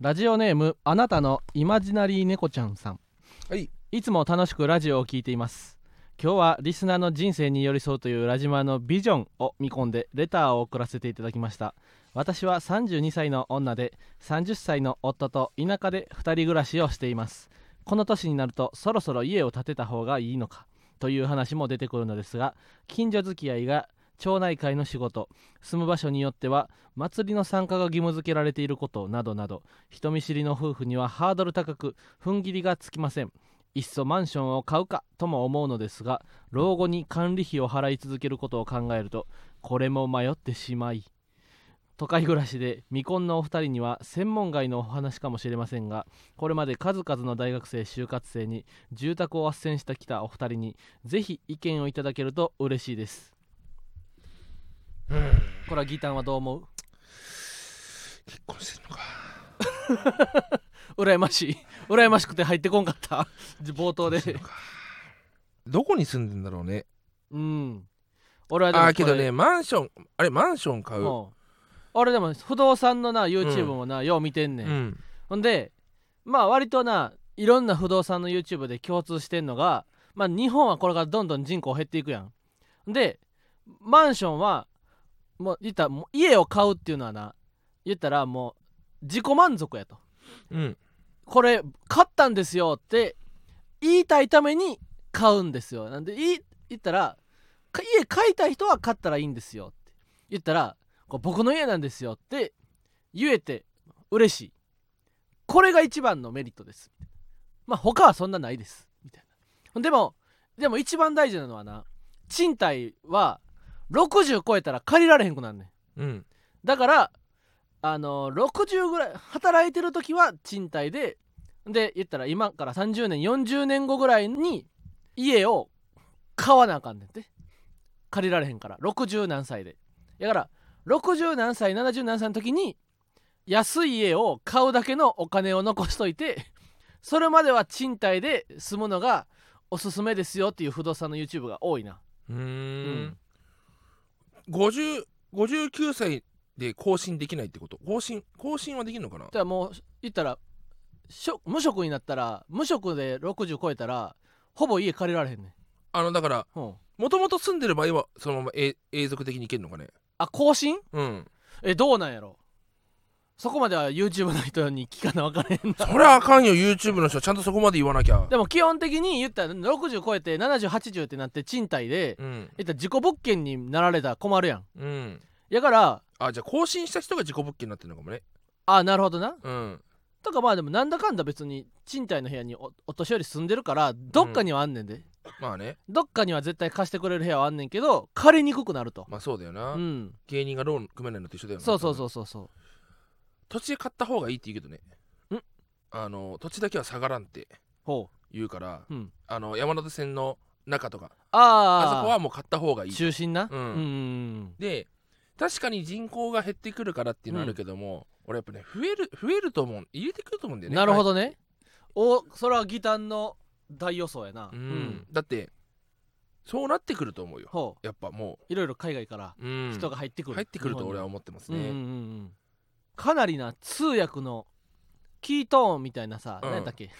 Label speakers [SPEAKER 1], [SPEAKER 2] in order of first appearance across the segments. [SPEAKER 1] ラジオネームあなたのイマジナリー猫ちゃんさん
[SPEAKER 2] はい
[SPEAKER 1] いつも楽しくラジオを聞いています今日はリスナーの人生に寄り添うというラジマのビジョンを見込んでレターを送らせていただきました私は32歳の女で30歳の夫と田舎で2人暮らしをしていますこの年になるとそろそろ家を建てた方がいいのかという話も出てくるのですが近所付き合いが町内会の仕事住む場所によっては祭りの参加が義務付けられていることなどなど人見知りの夫婦にはハードル高く踏ん切りがつきませんいっそマンションを買うかとも思うのですが老後に管理費を払い続けることを考えるとこれも迷ってしまい都会暮らしで未婚のお二人には専門外のお話かもしれませんがこれまで数々の大学生就活生に住宅を斡旋してきたお二人にぜひ意見をいただけると嬉しいですこれはギターはどう思う
[SPEAKER 2] 結婚してんのか
[SPEAKER 1] 羨ましい羨ましくて入ってこんかった冒頭で
[SPEAKER 2] どこに住んでんだろうね
[SPEAKER 1] うん俺はでも
[SPEAKER 2] ああ
[SPEAKER 1] こ
[SPEAKER 2] け
[SPEAKER 1] れ
[SPEAKER 2] どねマンションあれマンション買うう
[SPEAKER 1] うん俺でも不動産のな YouTube もな、よう見てんねん、
[SPEAKER 2] ん
[SPEAKER 1] ほんでまあ割とないろんな不動産の YouTube で共通してんのがまあ日本はこれからどんどん人口減っていくやんでマンションはもう言ったらもう家を買うっていうのはな言ったらもう自己満足やと
[SPEAKER 2] うん
[SPEAKER 1] これ買ったんですよって言いたいために買うんですよなんで言い言ったらか家買いたい人は買ったらいいんですよって言ったらこう僕の家なんですよって言えて嬉しいこれが一番のメリットですまあ他はそんなないですみたいなでもでも一番大事なのはな賃貸は60超えたら借りられへんくなんねん
[SPEAKER 2] うん
[SPEAKER 1] だからあの60ぐらい働いてる時は賃貸でで言ったら今から30年40年後ぐらいに家を買わなあかんねんて借りられへんから60何歳でだから60何歳70何歳の時に安い家を買うだけのお金を残しといてそれまでは賃貸で住むのがおすすめですよっていう不動産の YouTube が多いな
[SPEAKER 2] うー
[SPEAKER 1] うん
[SPEAKER 2] 50 59歳で更新できないってこと更新更新はできるのかな
[SPEAKER 1] だからもう言ったらしょ無職になったら無職で60超えたらほぼ家借りられへんねん、
[SPEAKER 2] あのだから
[SPEAKER 1] うん、
[SPEAKER 2] もともと住んでる場合はそのまま永永続的にいけるのかね
[SPEAKER 1] あ更新
[SPEAKER 2] うん
[SPEAKER 1] えどうなんやろそこまでは YouTube の人に聞かな分からへんな
[SPEAKER 2] そりゃあかんよ YouTube の人はちゃんとそこまで言わなきゃ
[SPEAKER 1] でも基本的に言ったら60超えて7080ってなって賃貸で
[SPEAKER 2] うん
[SPEAKER 1] 言ったら自己物件になられたら困るやん
[SPEAKER 2] うん
[SPEAKER 1] やから
[SPEAKER 2] あじゃあ更新した人が自己物件になってるのかもね
[SPEAKER 1] あなるほどな
[SPEAKER 2] うん
[SPEAKER 1] とかまあでもなんだかんだ別に賃貸の部屋におお年寄り住んでるからどっかにはあんねんで、
[SPEAKER 2] まあね
[SPEAKER 1] どっかには絶対貸してくれる部屋はあんねんけど借りにくくなると、
[SPEAKER 2] まあそうだよな、
[SPEAKER 1] うん
[SPEAKER 2] 芸人がローン組めないのと一緒だよな
[SPEAKER 1] そうそうそううそうそ
[SPEAKER 2] 土地買った方がいいって言うけどね
[SPEAKER 1] ん
[SPEAKER 2] あの土地だけは下がらんって
[SPEAKER 1] うほ
[SPEAKER 2] 言うから
[SPEAKER 1] う、うん、
[SPEAKER 2] あの山手線の中とか
[SPEAKER 1] あ
[SPEAKER 2] あ
[SPEAKER 1] あ
[SPEAKER 2] そこはもう買った方がいい
[SPEAKER 1] 中心な
[SPEAKER 2] うん
[SPEAKER 1] うんうん
[SPEAKER 2] で確かに人口が減ってくるからっていうのはあるけども、俺やっぱね増える増えると思う入れてくると思うん
[SPEAKER 1] う
[SPEAKER 2] だよ
[SPEAKER 1] ん
[SPEAKER 2] ね
[SPEAKER 1] なるほどね、おそれはギターの大予想やな
[SPEAKER 2] はいうん、だってそうなってくると思うよ
[SPEAKER 1] ほう
[SPEAKER 2] やっぱも
[SPEAKER 1] いろいろ海外から
[SPEAKER 2] う、うん
[SPEAKER 1] 人が入ってくる、
[SPEAKER 2] 入ってくると俺は思ってます
[SPEAKER 1] 日本にうん
[SPEAKER 2] ね、
[SPEAKER 1] うんうんうんかなりな通訳のキートーンみたいなさ、
[SPEAKER 2] うん
[SPEAKER 1] なん、何だっけ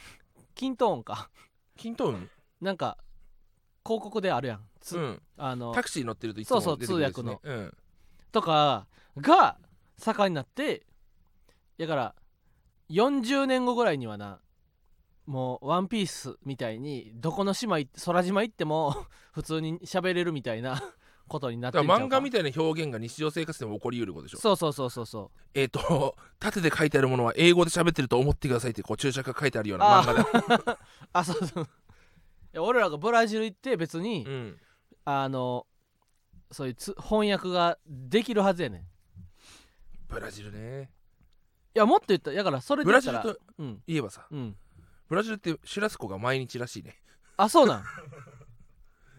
[SPEAKER 1] キントーンか
[SPEAKER 2] 均等運
[SPEAKER 1] なんか広告であるやん、つ
[SPEAKER 2] うん
[SPEAKER 1] あの
[SPEAKER 2] タクシー乗ってるといつも
[SPEAKER 1] そうそう
[SPEAKER 2] 出てくるやつね
[SPEAKER 1] 通訳
[SPEAKER 2] うん
[SPEAKER 1] とかが盛んになってだから40年後ぐらいにはなもう「ワンピースみたいにどこの島行って空島行っても 普通に喋れるみたいな ことになって
[SPEAKER 2] だから漫画み
[SPEAKER 1] た
[SPEAKER 2] たいな表現が日常生活でも起こりうることでしょ
[SPEAKER 1] そうそうそうそうそ
[SPEAKER 2] えっ、と 縦で書いてあるものは英語で喋ってると思ってくださいってこう注釈が書いてあるような
[SPEAKER 1] あ
[SPEAKER 2] 漫
[SPEAKER 1] ー
[SPEAKER 2] 画だ、
[SPEAKER 1] うあそうそういや俺らがブラジル行って別に、
[SPEAKER 2] うん、
[SPEAKER 1] あのそういうつ翻訳ができるはずやねんい
[SPEAKER 2] ブラジルね
[SPEAKER 1] やもっと言ったらだからそれで
[SPEAKER 2] ブ
[SPEAKER 1] 言
[SPEAKER 2] ラ
[SPEAKER 1] っ
[SPEAKER 2] ジ
[SPEAKER 1] た
[SPEAKER 2] ル
[SPEAKER 1] ら
[SPEAKER 2] と
[SPEAKER 1] うん
[SPEAKER 2] いえばさ
[SPEAKER 1] うん
[SPEAKER 2] ブラジルってシュラスコが毎日らしいね
[SPEAKER 1] あそうなん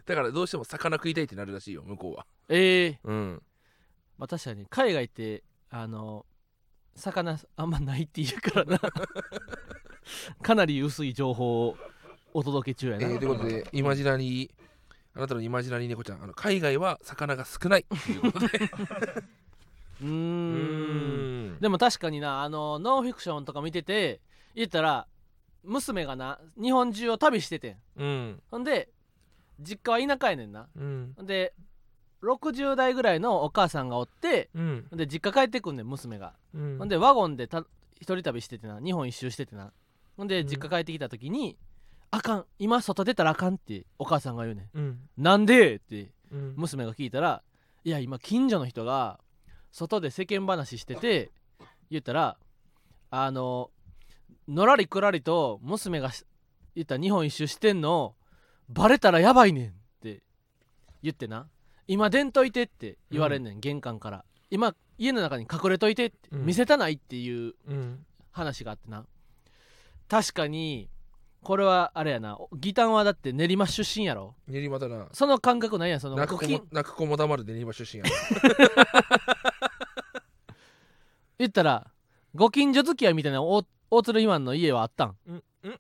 [SPEAKER 2] だからどうしても魚食いたいってなるらしいよ向こうは
[SPEAKER 1] ええ
[SPEAKER 2] うん
[SPEAKER 1] まあ確かに海外ってあの魚あんまないって言うから なかなり薄い情報をお届け中や
[SPEAKER 2] え
[SPEAKER 1] な、
[SPEAKER 2] ー、ということでイマジナリーあなたのイマジナリー猫ちゃんあの 海外は魚が少ないっていうことで
[SPEAKER 1] うーん
[SPEAKER 2] うーん
[SPEAKER 1] でも確かになあのノンフィクションとか見てて言ったら娘がな日本中を旅しててん
[SPEAKER 2] うん
[SPEAKER 1] ほんで実家は田舎やねんな
[SPEAKER 2] うん
[SPEAKER 1] ほんで60代ぐらいのお母さんがおって
[SPEAKER 2] うん
[SPEAKER 1] ほんで実家帰ってくんねん娘が、
[SPEAKER 2] うん
[SPEAKER 1] ほんでワゴンでた一人旅しててな日本一周しててなほん
[SPEAKER 2] う
[SPEAKER 1] で
[SPEAKER 2] ん
[SPEAKER 1] 実家帰ってきた時に「あかん今外出たらあかん」ってお母さんが言うねん
[SPEAKER 2] うん
[SPEAKER 1] 「なんで?」って
[SPEAKER 2] うん
[SPEAKER 1] 娘が聞いたら「いや今近所の人が外で世間話してて言ったらあののらりくらりと娘がし言ったら日本一周してんのバレたらやばいねん」って言ってな「今出んといて」って言われんねん、玄関から「今家の中に隠れといて」って、
[SPEAKER 2] うん
[SPEAKER 1] 見せたないっていう
[SPEAKER 2] うん
[SPEAKER 1] 話があってな確かにこれはあれやなおギタンはだって練馬出身やろ
[SPEAKER 2] 練馬だな
[SPEAKER 1] その感覚ないやんその
[SPEAKER 2] 泣く
[SPEAKER 1] ご
[SPEAKER 2] 子
[SPEAKER 1] 近
[SPEAKER 2] も泣く子も黙るで練馬出身やな
[SPEAKER 1] 言ったらご近所付き合いみたいな大大鶴ひまんの家はあったん
[SPEAKER 2] うんうん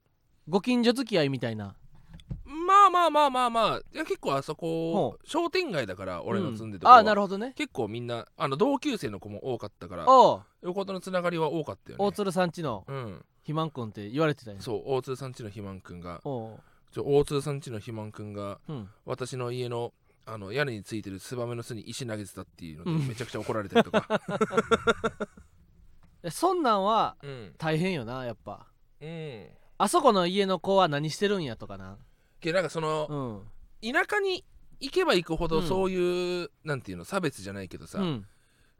[SPEAKER 1] ご近所付き合いみたいな
[SPEAKER 2] まあまあまあまあまあいや結構あそ
[SPEAKER 1] ほ
[SPEAKER 2] こ商店街だから俺の住んでるとこ
[SPEAKER 1] あ
[SPEAKER 2] は
[SPEAKER 1] あなるほどね
[SPEAKER 2] 結構みんなあの同級生の子も多かったから
[SPEAKER 1] おう
[SPEAKER 2] 横とのつながりは多かったよね
[SPEAKER 1] 大鶴さんちの
[SPEAKER 2] うん
[SPEAKER 1] ひまんくんって言われてたんや
[SPEAKER 2] そう大津さんちの肥満くんが
[SPEAKER 1] おう
[SPEAKER 2] ちょ大津さんちの肥満くんが
[SPEAKER 1] うん
[SPEAKER 2] 私の家のあの屋根についてるツバメの巣に石投げてたっていうので
[SPEAKER 1] うん
[SPEAKER 2] めちゃくちゃ怒られたりと か
[SPEAKER 1] えそんなんは
[SPEAKER 2] うん
[SPEAKER 1] 大変よなやっぱ
[SPEAKER 2] うん
[SPEAKER 1] あそこの家の子は何してるんやとかな
[SPEAKER 2] けどなんかその
[SPEAKER 1] うん
[SPEAKER 2] 田舎に行けば行くほど
[SPEAKER 1] うん
[SPEAKER 2] そういう、なんていうの差別じゃないけどさ、
[SPEAKER 1] うん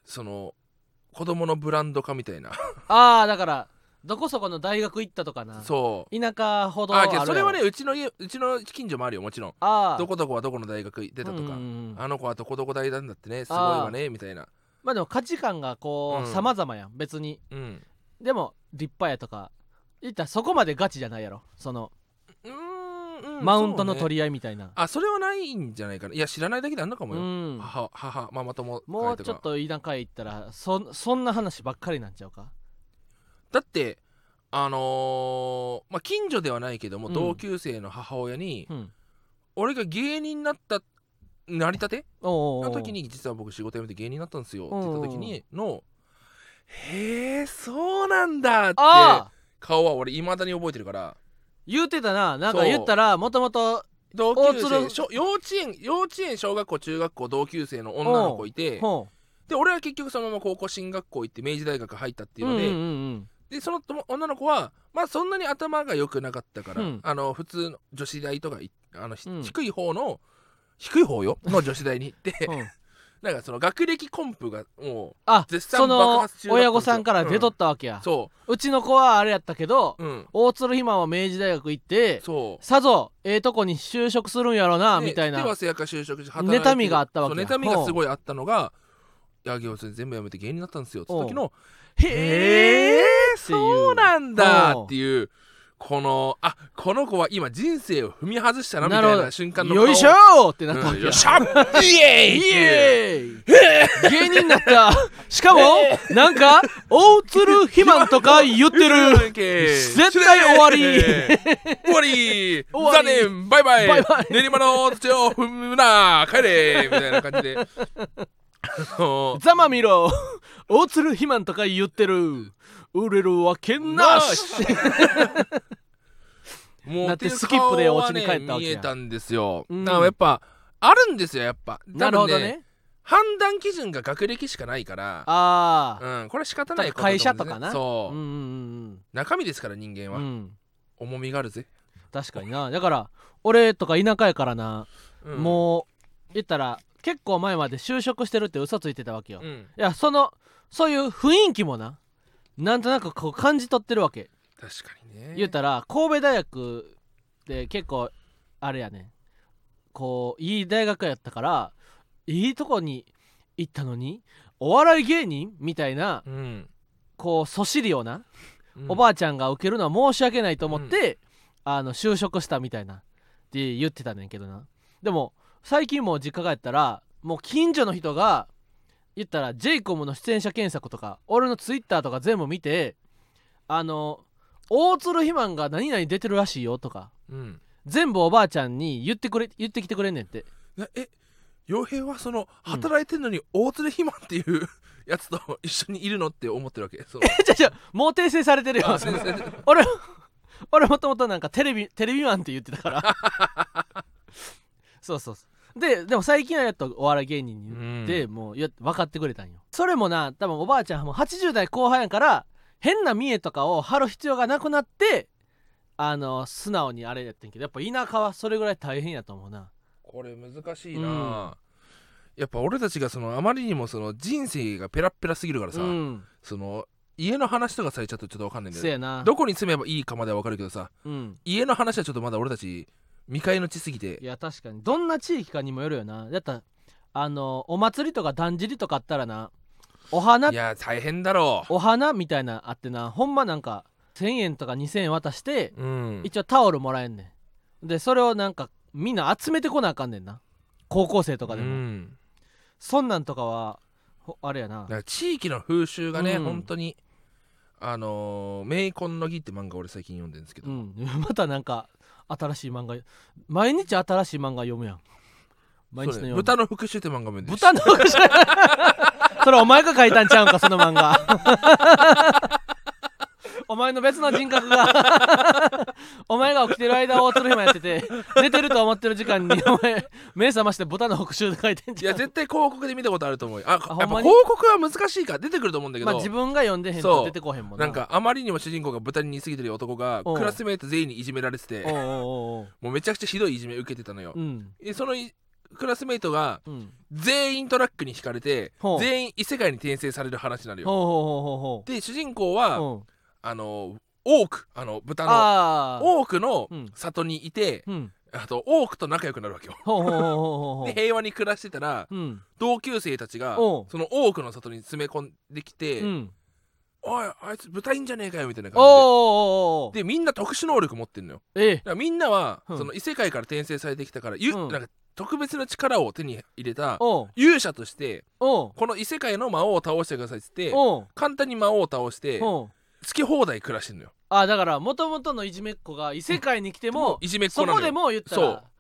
[SPEAKER 2] その子供のブランド化みたいな
[SPEAKER 1] ああだからどこそこの大学行ったとかな
[SPEAKER 2] そう
[SPEAKER 1] 田舎ほど
[SPEAKER 2] あ
[SPEAKER 1] あ
[SPEAKER 2] け
[SPEAKER 1] るやろ
[SPEAKER 2] どそれはねうちの家うちの近所もあるよもちろん
[SPEAKER 1] ああ
[SPEAKER 2] どこどこはどこの大学出たとか、
[SPEAKER 1] うんうんうん
[SPEAKER 2] あの子はどこどこ大なんだってねすごいわねみたいな
[SPEAKER 1] まあでも価値観がこう
[SPEAKER 2] うん
[SPEAKER 1] 様々やん別に
[SPEAKER 2] うん
[SPEAKER 1] でも立派やとか言ったらそこまでガチじゃないやろその
[SPEAKER 2] うーん、
[SPEAKER 1] マウントの
[SPEAKER 2] り
[SPEAKER 1] 取り合いみたいな
[SPEAKER 2] あそれはないんじゃないかないや知らないだけであんのか
[SPEAKER 1] う,、
[SPEAKER 2] もよ、
[SPEAKER 1] ん
[SPEAKER 2] 母母ママ友会とか
[SPEAKER 1] もうちょっと田舎へ行ったらそそんな話ばっかりなんちゃうか
[SPEAKER 2] だってあのーまあ近所ではないけども、
[SPEAKER 1] うん
[SPEAKER 2] 同級生の母親に、
[SPEAKER 1] うん
[SPEAKER 2] 俺が芸人になったなりたて
[SPEAKER 1] おうおうおう
[SPEAKER 2] の時に実は僕仕事辞めて芸人になったんですよって言った時にの「へえそうなんだ」って
[SPEAKER 1] ああ
[SPEAKER 2] 顔は俺いまだに覚えてるから
[SPEAKER 1] 言うてたななんか
[SPEAKER 2] そう
[SPEAKER 1] 言ったらもともと
[SPEAKER 2] 同級
[SPEAKER 1] 大
[SPEAKER 2] 生
[SPEAKER 1] 鶴
[SPEAKER 2] しょ幼稚園幼稚園小学校中学校同級生の女の子いて
[SPEAKER 1] ほ
[SPEAKER 2] で俺は結局そのまま高校進学校行って明治大学入ったって
[SPEAKER 1] う
[SPEAKER 2] いう
[SPEAKER 1] うんう
[SPEAKER 2] の
[SPEAKER 1] ん
[SPEAKER 2] で、
[SPEAKER 1] うん
[SPEAKER 2] でその友女の子はまあそんなに頭が良くなかったから、
[SPEAKER 1] うん
[SPEAKER 2] あの普通の女子大とかいあの、ひ
[SPEAKER 1] うん
[SPEAKER 2] 低い方の低い方よの女子大に行って
[SPEAKER 1] うん
[SPEAKER 2] なんかその学歴コンプがも
[SPEAKER 1] あ
[SPEAKER 2] 絶賛
[SPEAKER 1] そ
[SPEAKER 2] 爆
[SPEAKER 1] の
[SPEAKER 2] 発中だったんですよ
[SPEAKER 1] 親御さんから出とったわけや
[SPEAKER 2] う、そう
[SPEAKER 1] ちの子はあれやったけど、
[SPEAKER 2] ううん
[SPEAKER 1] 大鶴ひまは明治大学行って
[SPEAKER 2] そう
[SPEAKER 1] さぞええとこに就職するんやろな
[SPEAKER 2] で
[SPEAKER 1] みたいな
[SPEAKER 2] で早稲田か就職していて
[SPEAKER 1] 妬みがあったわけや
[SPEAKER 2] そう妬みがすごいあったのが「いや行政全部やめて芸人になったんですよ」って時の「へ
[SPEAKER 1] て
[SPEAKER 2] え
[SPEAKER 1] いう
[SPEAKER 2] そうなんだ」っていうこのあこの子は今人生を踏み外したなみ
[SPEAKER 1] なる
[SPEAKER 2] た
[SPEAKER 1] ほ
[SPEAKER 2] い
[SPEAKER 1] ど
[SPEAKER 2] な瞬間の顔
[SPEAKER 1] よいしょーってなったわ
[SPEAKER 2] う
[SPEAKER 1] け
[SPEAKER 2] ん
[SPEAKER 1] や、
[SPEAKER 2] よっしゃイエーイ
[SPEAKER 1] イエーイ芸人になったしかもなんか大鶴肥満とか言ってる絶対終わり
[SPEAKER 2] 終わ
[SPEAKER 1] 終
[SPEAKER 2] り
[SPEAKER 1] わ
[SPEAKER 2] 残
[SPEAKER 1] り
[SPEAKER 2] 念バイバイ
[SPEAKER 1] バイバイ
[SPEAKER 2] 練馬の土を踏むな帰れみたいな感じであの
[SPEAKER 1] ざまみろ大鶴肥満とか言ってる売れるわけなし
[SPEAKER 2] も
[SPEAKER 1] だ
[SPEAKER 2] う
[SPEAKER 1] って
[SPEAKER 2] ていう
[SPEAKER 1] スキップで
[SPEAKER 2] 顔
[SPEAKER 1] お家
[SPEAKER 2] は
[SPEAKER 1] に
[SPEAKER 2] ね
[SPEAKER 1] 帰ったわけや
[SPEAKER 2] 見えたんですよ
[SPEAKER 1] うん
[SPEAKER 2] だからやっぱあるんですよやっぱ
[SPEAKER 1] なるほどね
[SPEAKER 2] 多分判断基準が学歴しかないから
[SPEAKER 1] ああ
[SPEAKER 2] うんこれは仕方ないこと
[SPEAKER 1] 会社とかな
[SPEAKER 2] そううん
[SPEAKER 1] うん
[SPEAKER 2] 中身ですから人
[SPEAKER 1] う
[SPEAKER 2] 間
[SPEAKER 1] んう
[SPEAKER 2] は、
[SPEAKER 1] ん
[SPEAKER 2] 重みがあるぜ、
[SPEAKER 1] 確かになだから俺とか田舎やからな、
[SPEAKER 2] うん
[SPEAKER 1] もう言ったら結構前まで就職してるって嘘ついてたわけよ、
[SPEAKER 2] う
[SPEAKER 1] い
[SPEAKER 2] ん、
[SPEAKER 1] やそのそういう雰囲気もななんとなくこう感じ取ってるわけ
[SPEAKER 2] 確かにね
[SPEAKER 1] 言うたら神戸大学で結構あれやねこういい大学やったからいいとこに行ったのにお笑い芸人みたいな
[SPEAKER 2] うん、
[SPEAKER 1] こうそしりをな、お
[SPEAKER 2] あ
[SPEAKER 1] ばあちゃんが受けるのは申し訳ないと思って、あの就職したみたいなって言ってたねんけどなでも最近もう実家帰ったらもう近所の人が言ったら j イコムの出演者検索とか俺のツイッターとか全部見てあの大鶴肥満が何々出てるらしいよとか
[SPEAKER 2] うん
[SPEAKER 1] 全部おばあちゃんに言ってくれ言ってき てくれんねんって
[SPEAKER 2] なえ傭兵はその働いてるのに大鶴肥満っていう、 やつと一緒にいるのって思ってるわけそ の
[SPEAKER 1] えじゃじゃもう訂正されてるよ
[SPEAKER 2] あ先生
[SPEAKER 1] 俺俺もともとなんかテレビテレビマンって言ってたから そうそうそうででも最近はやっとお笑い芸人に言って、もうや分かってくれたんよそれもな多分おばあちゃんも80代後半やから変な見栄とかを張る必要がなくなってあの素直にあれやってんけどやっぱ田舎はそれぐらい大変やと思うな
[SPEAKER 2] これ難しいな、やっぱ俺たちがそのあまりにもその人生がペラッペラすぎるからさ、
[SPEAKER 1] うん
[SPEAKER 2] その家の話とかされちゃうとちょっとわかんないんだ
[SPEAKER 1] せ
[SPEAKER 2] よ
[SPEAKER 1] やな
[SPEAKER 2] どこに住めばいいかまではわかるけどさ
[SPEAKER 1] うん
[SPEAKER 2] 家の話はちょっとまだ俺たち未開の地すぎ
[SPEAKER 1] い
[SPEAKER 2] て
[SPEAKER 1] や確かにどんな地域かにもよるよなだったらあのお祭りとかだんじりとかあったらなお花
[SPEAKER 2] いや大変だろ
[SPEAKER 1] お花みたいなあってなほんまなんか1,000円とか2,000円渡して
[SPEAKER 2] う、うん、
[SPEAKER 1] 一応タオルもらえんねんでそれをなんかみんな集めてこなあかんねんな高校生とかでも、
[SPEAKER 2] うん
[SPEAKER 1] そんなんとかはほあれやな
[SPEAKER 2] だから地域の風習がね、
[SPEAKER 1] うん
[SPEAKER 2] 本当にあのー「名婚の儀」って漫画俺最近読んでるんですけど、
[SPEAKER 1] うん またなんか新しい漫画毎日新しい漫画読むやん毎日
[SPEAKER 2] そう
[SPEAKER 1] の
[SPEAKER 2] ね
[SPEAKER 1] ように
[SPEAKER 2] 豚の復讐って漫画読んで る
[SPEAKER 1] 豚のそれお前が書いたんちゃうんかその漫画 お前の別の人格が お前が起きてる間大鶴ひまやってて寝てると思ってる時間にお前目覚まして豚の復讐で書いてん
[SPEAKER 2] い
[SPEAKER 1] じゃ
[SPEAKER 2] や
[SPEAKER 1] ん
[SPEAKER 2] 絶対広告で見たことあると思うよあやっぱ
[SPEAKER 1] ほんまに
[SPEAKER 2] 広告は難しいから出てくると思うんだけど、
[SPEAKER 1] まあ自分が読んでへん
[SPEAKER 2] そ
[SPEAKER 1] と
[SPEAKER 2] う
[SPEAKER 1] 出てこへんもんな
[SPEAKER 2] なんかあまりにも主人公が豚に似すぎてる男が
[SPEAKER 1] おう
[SPEAKER 2] クラスメート全員にいじめられてて
[SPEAKER 1] おうおうおう
[SPEAKER 2] もうめちゃくちゃひどいいじめ受けてたのよ
[SPEAKER 1] おう、うん
[SPEAKER 2] でそのいクラスメートが
[SPEAKER 1] うん
[SPEAKER 2] 全員トラックに引かれて
[SPEAKER 1] ほう
[SPEAKER 2] 全員異世界に転生される話になるよ
[SPEAKER 1] ほうほうほうほ
[SPEAKER 2] で主人公
[SPEAKER 1] う
[SPEAKER 2] は
[SPEAKER 1] ほううん
[SPEAKER 2] あのオークあの豚の
[SPEAKER 1] ああ
[SPEAKER 2] オークの
[SPEAKER 1] うん
[SPEAKER 2] 里にいて
[SPEAKER 1] うん
[SPEAKER 2] あとオークと仲良くなるわけよ
[SPEAKER 1] ほうほうほうほうほ
[SPEAKER 2] で
[SPEAKER 1] う
[SPEAKER 2] 平和に暮らしてたら
[SPEAKER 1] うん
[SPEAKER 2] 同級生たちが
[SPEAKER 1] おう
[SPEAKER 2] そのオークの里に詰め込んできて
[SPEAKER 1] う
[SPEAKER 2] 「
[SPEAKER 1] ん
[SPEAKER 2] おいあいつ豚いんじゃねえかよ」みたいな
[SPEAKER 1] おう
[SPEAKER 2] 感
[SPEAKER 1] おうおうおう
[SPEAKER 2] じででみんな特殊能力持ってんのよ
[SPEAKER 1] ええ
[SPEAKER 2] だからみんなは
[SPEAKER 1] うん
[SPEAKER 2] その異世界から転生されてきたからゆ
[SPEAKER 1] うん
[SPEAKER 2] なんか特別な力を手に入れた
[SPEAKER 1] おう
[SPEAKER 2] 勇者として
[SPEAKER 1] おう
[SPEAKER 2] この異世界の魔王を倒してくださいっつって
[SPEAKER 1] おう
[SPEAKER 2] 簡単に魔王を倒して
[SPEAKER 1] う
[SPEAKER 2] 好
[SPEAKER 1] ん、
[SPEAKER 2] き放題暮らしてんのよ
[SPEAKER 1] あだからもともとのいじめっ子が異世界に来ても、
[SPEAKER 2] いじめっ子
[SPEAKER 1] そ
[SPEAKER 2] な
[SPEAKER 1] こ
[SPEAKER 2] のよ
[SPEAKER 1] でも言った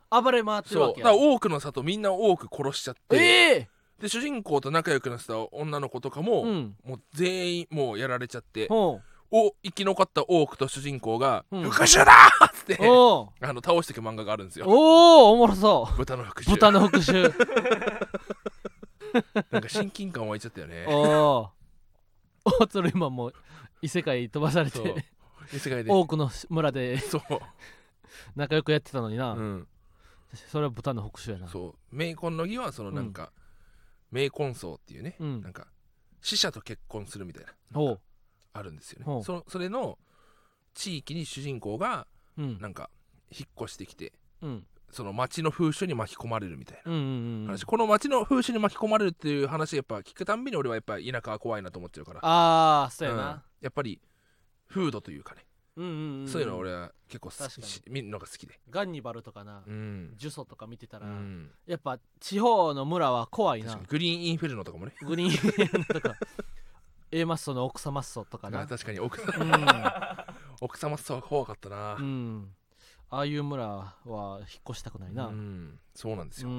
[SPEAKER 1] ら暴れ回ってる
[SPEAKER 2] そう
[SPEAKER 1] わ
[SPEAKER 2] だ
[SPEAKER 1] け
[SPEAKER 2] か
[SPEAKER 1] や
[SPEAKER 2] ら多くの里みんな多く殺しちゃって、
[SPEAKER 1] え
[SPEAKER 2] で主人公と仲良くなってた女の子とか
[SPEAKER 1] え
[SPEAKER 2] も、
[SPEAKER 1] うん
[SPEAKER 2] もう全員もうやられちゃって
[SPEAKER 1] ほう
[SPEAKER 2] お生き残った多くと主人公が「
[SPEAKER 1] うん
[SPEAKER 2] 復讐だ!」っつって
[SPEAKER 1] おう
[SPEAKER 2] あの倒していく漫画があるんですよ
[SPEAKER 1] おおおもろそう
[SPEAKER 2] 豚の復讐
[SPEAKER 1] 豚の復讐
[SPEAKER 2] なんか親近感湧いちゃったよね
[SPEAKER 1] おおおつる今もう異世界飛ばされ
[SPEAKER 2] そ
[SPEAKER 1] て、
[SPEAKER 2] う異世界で
[SPEAKER 1] 多くの村で
[SPEAKER 2] そう、
[SPEAKER 1] 仲良くやってたのにな、
[SPEAKER 2] うん、
[SPEAKER 1] それは豚の復讐やな
[SPEAKER 2] そう冥婚の儀はそのなんか、冥婚葬っていうね、
[SPEAKER 1] うん
[SPEAKER 2] なんか死者と結婚するみたいな
[SPEAKER 1] おう
[SPEAKER 2] あるんですよ
[SPEAKER 1] ほ
[SPEAKER 2] ね
[SPEAKER 1] う
[SPEAKER 2] そそれの地域に主人公が
[SPEAKER 1] うん
[SPEAKER 2] なんか引っ越してきて
[SPEAKER 1] うん
[SPEAKER 2] その町の風習に巻き込まれるみたいな
[SPEAKER 1] うんうんうん
[SPEAKER 2] 話、この町の風習に巻き込まれるっていう話やっぱ聞くたんびに俺はやっぱ田舎は怖いなと思ってるから
[SPEAKER 1] ああそうや
[SPEAKER 2] うん
[SPEAKER 1] な、
[SPEAKER 2] やっぱり風土というかね、
[SPEAKER 1] うん、うんうんうん
[SPEAKER 2] そういうのは俺は結構好
[SPEAKER 1] 確か
[SPEAKER 2] き
[SPEAKER 1] に
[SPEAKER 2] し見るのが好きで
[SPEAKER 1] ガンニバルとかな、
[SPEAKER 2] うん、
[SPEAKER 1] ジュソとか見てた
[SPEAKER 2] う
[SPEAKER 1] ら、
[SPEAKER 2] ん、
[SPEAKER 1] やっぱ地方の村は怖い
[SPEAKER 2] 確
[SPEAKER 1] な
[SPEAKER 2] かにグリーンインフェルノとかもね
[SPEAKER 1] グリーンとか A マッソの奥様っソとか
[SPEAKER 2] あ
[SPEAKER 1] な
[SPEAKER 2] 確かに奥さん
[SPEAKER 1] う
[SPEAKER 2] 奥様そう怖かったな、
[SPEAKER 1] ん、うん、ああいう村は引っ越したくないな、う
[SPEAKER 2] うんんそうなんですよ、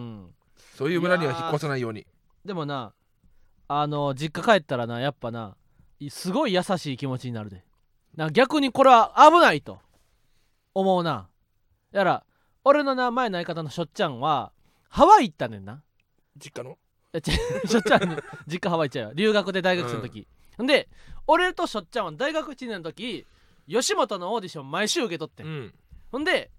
[SPEAKER 2] そういう村には引っ越さないように
[SPEAKER 1] でもなあの実家帰ったらなやっぱないすごい優しい気持ちになるでな逆にこれは危ないと思うなやら俺のな前の相方のしょっちゃんはハワイ行ったねんな
[SPEAKER 2] 実家の
[SPEAKER 1] えちしょ っちゃんに実家ハワイ行っちゃうよ留学で大学生の時、ん、で俺としょっちゃんは大学1年の時吉本のオーディション毎週受け取ってん、
[SPEAKER 2] ん
[SPEAKER 1] ほんで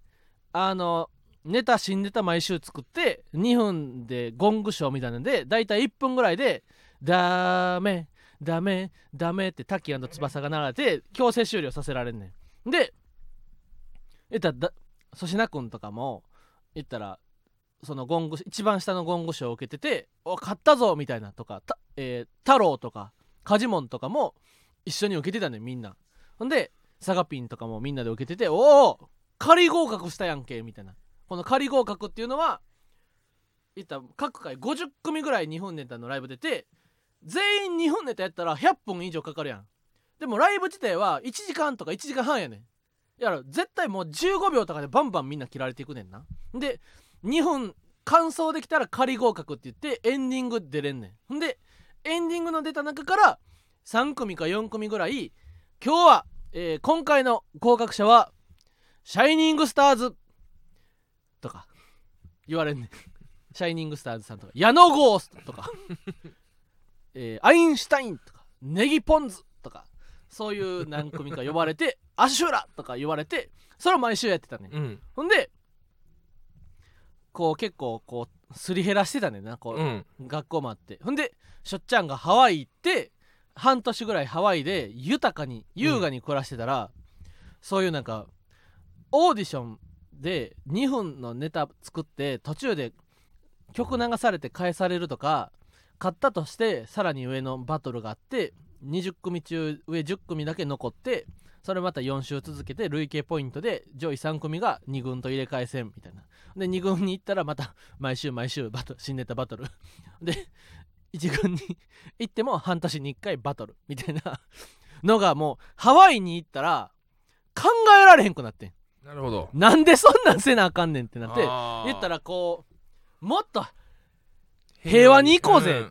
[SPEAKER 1] あのネタ新ネタ毎週作って2分でゴングショーみたいなんで大体1分ぐらいで「ダメダメダメ」ってタッキー翼が流れて強制終了させられんねんでえったらだ粗品君とかも言ったらそのゴング一番下のゴング賞を受けてて「お勝ったぞ」みたいなとかた、えー太郎とかカジモンとかも一緒に受けてたねみんなほんでサガピンとかもみんなで受けてて「おお仮合格したやんけ」みたいなこの仮合格っていうのは言ったら各回50組ぐらい日本ネタのライブ出て全員日本ネタやったら100分以上かかるやんでもライブ自体は1時間とか1時間半やねんやから絶対もう15秒とかでバンバンみんな切られていくねんなで2分完走できたら仮合格って言ってエンディング出れんねんほんでエンディングの出た中から3組か4組ぐらい今日は、えー今回の合格者は「シャイニングスターズ」とか言われんねん「シャイニングスターズ」さんとか「矢野ゴースト」とか、 えーアインシュタイン」とか「ネギポンズ」とかそういう何組か呼ばれて「アシュラ」とか言われてそれを毎週やってたねん
[SPEAKER 2] うん
[SPEAKER 1] ほんでこう結構こうすり減らしてたねんなこう、
[SPEAKER 2] うん
[SPEAKER 1] 学校もあってほんでしょっちゃんがハワイ行って半年ぐらいハワイで豊かに優雅に暮らしてたら、そういうなんかオーディションで2分のネタ作って途中で曲流されて返されるとか勝ったとしてさらに上のバトルがあって20組中上10組だけ残ってそれまた4週続けて累計ポイントで上位3組が2軍と入れ替え戦みたいなで2軍に行ったらまた毎週毎週バト新ネタバトルで1軍に 行っても半年に1回バトルみたいなのがもうハワイに行ったら考えられへんくなってん
[SPEAKER 2] なるほど
[SPEAKER 1] なんでそんなんせなあかんねんってなって
[SPEAKER 2] あー
[SPEAKER 1] 言ったらこうもっと平和に行こうぜ、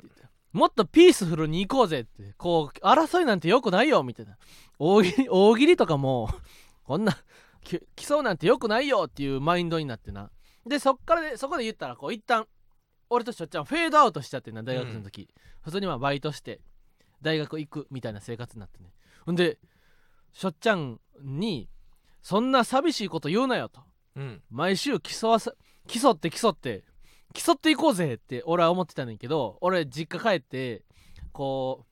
[SPEAKER 1] もっとピースフルに行こうぜってこう争いなんてよくないよみたいな大喜利 大喜利とかもこんなき競うなんてよくないよっていうマインドになってなでそっからでそこで言ったらこう一旦俺としょっちゃんフェードアウトしちゃってんな大学の時、普通にまあバイトして大学行くみたいな生活になってねほんでしょっちゃんに「そんな寂しいこと言うなよ」と
[SPEAKER 2] うんうん
[SPEAKER 1] 毎週競わさ競って競って競っていこうぜって俺は思ってたねんけど俺実家帰ってこ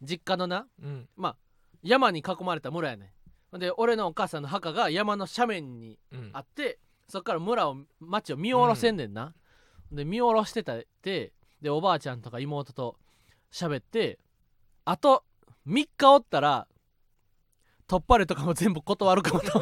[SPEAKER 1] う実家のな
[SPEAKER 2] うん
[SPEAKER 1] まあ山に囲まれた村やねんほんで俺のお母さんの墓が山の斜面に
[SPEAKER 2] うん
[SPEAKER 1] あってそっから村を町を見下ろせんねんな、で見下ろしてたってでおばあちゃんとか妹と喋ってあと3日おったら突破れとかも全部断るかもと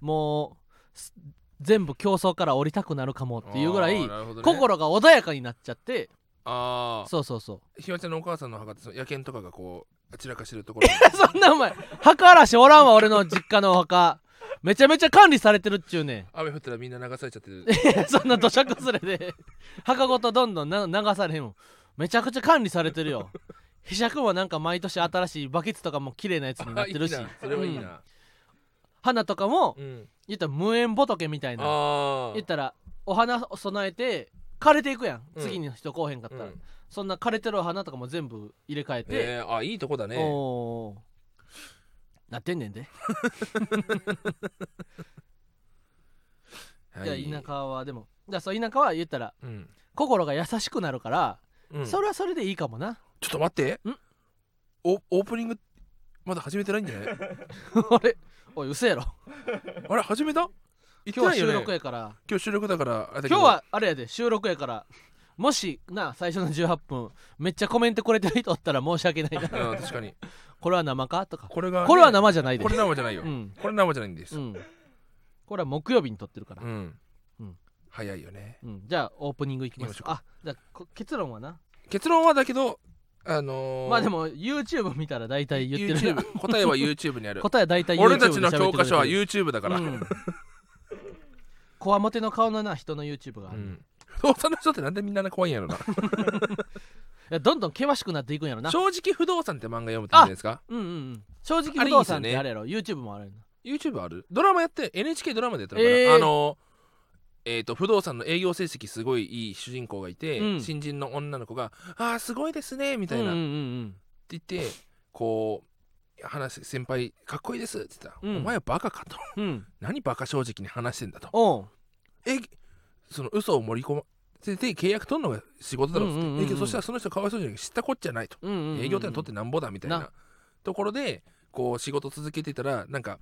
[SPEAKER 1] もうす全部競争から降りたくなるかもっていうぐらい
[SPEAKER 2] あーなるほどね
[SPEAKER 1] 心が穏やかになっちゃって
[SPEAKER 2] ああ
[SPEAKER 1] そうそうそう
[SPEAKER 2] ひわちゃんのお母さんの墓ってその野犬とかがこう散らかしてるところ
[SPEAKER 1] そんなお前墓嵐おらんわ俺の実家のお墓めちゃめちゃ管理されてるっちゅうねん
[SPEAKER 2] 雨降ったらみんな流されちゃってる
[SPEAKER 1] そんな土砂崩れで墓ごとどんどんな流されへんもんめちゃくちゃ管理されてるよ被写もなんか毎年新しいバケツとかも綺麗なやつになってるし
[SPEAKER 2] あいいなそれはいい
[SPEAKER 1] うん
[SPEAKER 2] な
[SPEAKER 1] 花とかも
[SPEAKER 2] うん
[SPEAKER 1] 言ったら無縁仏みたいな
[SPEAKER 2] あ
[SPEAKER 1] 言ったらお花を備えて枯れていくやん
[SPEAKER 2] うん
[SPEAKER 1] 次の人来おへんかったら、
[SPEAKER 2] うん
[SPEAKER 1] そんな枯れてるお花とかも全部入れ替えて、
[SPEAKER 2] えーあいいとこだね
[SPEAKER 1] おーなってんねんで、
[SPEAKER 2] はい
[SPEAKER 1] いや田舎はでもだからそう田舎は言ったら
[SPEAKER 2] うん
[SPEAKER 1] 心が優しくなるから、
[SPEAKER 2] うん
[SPEAKER 1] それはそれでいいかもな
[SPEAKER 2] ちょっと待って
[SPEAKER 1] ん
[SPEAKER 2] おオープニングまだ始めてないんじゃない
[SPEAKER 1] あれおい嘘やろ
[SPEAKER 2] あれ始めた言って
[SPEAKER 1] 今日は
[SPEAKER 2] ないよ
[SPEAKER 1] 収
[SPEAKER 2] ね
[SPEAKER 1] 録やから
[SPEAKER 2] 今日収録だからあれだけど
[SPEAKER 1] 今日はあれやで収録やからもしな最初の18分めっちゃコメントくれてる人おったら申し訳ない な
[SPEAKER 2] うん確かに
[SPEAKER 1] これは生かとか
[SPEAKER 2] これがね
[SPEAKER 1] これは生じゃないで
[SPEAKER 2] これ生じゃないよ
[SPEAKER 1] うん
[SPEAKER 2] これ生じゃないんです
[SPEAKER 1] うんこれは木曜日に撮ってるから
[SPEAKER 2] う、ん
[SPEAKER 1] うん
[SPEAKER 2] 早いよね
[SPEAKER 1] うんじゃあオープニングいきます
[SPEAKER 2] 行きま
[SPEAKER 1] あじゃあこ結論はな
[SPEAKER 2] 結論はだけどあのー
[SPEAKER 1] まあでも YouTube 見たら大体言ってる
[SPEAKER 2] YouTube 答えは YouTube にあ る
[SPEAKER 1] 答えは大体 YouTube
[SPEAKER 2] 俺たち
[SPEAKER 1] で喋
[SPEAKER 2] の
[SPEAKER 1] ってく
[SPEAKER 2] 教
[SPEAKER 1] れてる
[SPEAKER 2] 科書は YouTube だから、
[SPEAKER 1] う
[SPEAKER 2] うん
[SPEAKER 1] んこわもての顔のな人の YouTube がある、い
[SPEAKER 2] 不動産の人ってなんでみんな怖いんやろな
[SPEAKER 1] やどんどん険しくなっていくんやろな
[SPEAKER 2] 正直不動産って漫画読むっていいんじゃないですか
[SPEAKER 1] うんうんうん正直不動産ってあれやろ YouTube もあれやな
[SPEAKER 2] YouTube あるドラマやって NHK ドラマでやったのかな、
[SPEAKER 1] えー
[SPEAKER 2] あのえー、と不動産の営業成績すごいいい主人公がいて、
[SPEAKER 1] うん
[SPEAKER 2] 新人の女の子が「あーすごいですね」みたいな、
[SPEAKER 1] うんう
[SPEAKER 2] っ
[SPEAKER 1] ん
[SPEAKER 2] て
[SPEAKER 1] うん
[SPEAKER 2] 言ってこう話先輩かっこいいですって言ったら、
[SPEAKER 1] うん
[SPEAKER 2] お前はバカかと
[SPEAKER 1] うんうん
[SPEAKER 2] 何バカ正直に話してんだと
[SPEAKER 1] おう
[SPEAKER 2] えその嘘を盛り込ませて契約取るのが仕事だろうっつって、
[SPEAKER 1] うんうんうんうん
[SPEAKER 2] えそしたらその人かわいそうじゃなくて知ったこっちゃないと、
[SPEAKER 1] うんうんうん
[SPEAKER 2] 営業店取ってなんぼだみたい
[SPEAKER 1] な
[SPEAKER 2] なところでこう仕事続けてたらなんか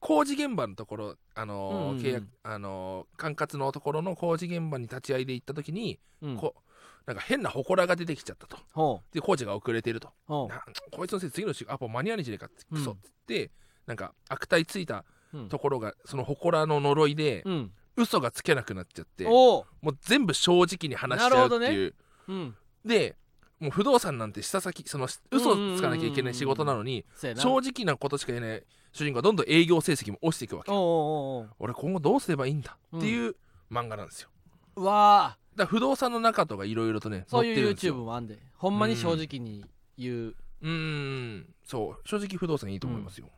[SPEAKER 2] 工事現場のところあ
[SPEAKER 1] うんう
[SPEAKER 2] のー、
[SPEAKER 1] んうん
[SPEAKER 2] 契約あのー管轄のところの工事現場に立ち会いで行った時に、
[SPEAKER 1] うん
[SPEAKER 2] こうなんか変な祠が出てきちゃったと
[SPEAKER 1] ほ
[SPEAKER 2] で工事が遅れてると
[SPEAKER 1] うほう
[SPEAKER 2] なこいつのせいで次の仕事アポ間に合わないじゃねえかって
[SPEAKER 1] うん
[SPEAKER 2] クソっつって、なんか悪態ついた
[SPEAKER 1] うん
[SPEAKER 2] ところがその祠の呪いで、
[SPEAKER 1] うん
[SPEAKER 2] 嘘がつけなくなっちゃって
[SPEAKER 1] おう
[SPEAKER 2] もう全部正直に話しちゃうって
[SPEAKER 1] なる
[SPEAKER 2] いう、
[SPEAKER 1] うん
[SPEAKER 2] でもう不動産なんて下先その嘘をつかなきゃいけない仕事なのに
[SPEAKER 1] せやな
[SPEAKER 2] 正直なことしか言えない主人公はどんどん営業成績も落ちていくわけ
[SPEAKER 1] おうおうおう
[SPEAKER 2] 俺今後どうすればいいんだっていう漫画なんですよ、
[SPEAKER 1] おううわあ
[SPEAKER 2] だから不動産の中とかいろいろとね
[SPEAKER 1] そういう YouTube
[SPEAKER 2] も
[SPEAKER 1] もあんでほんまに正直に言う
[SPEAKER 2] うーんそう正直不動産いいと思いますよ、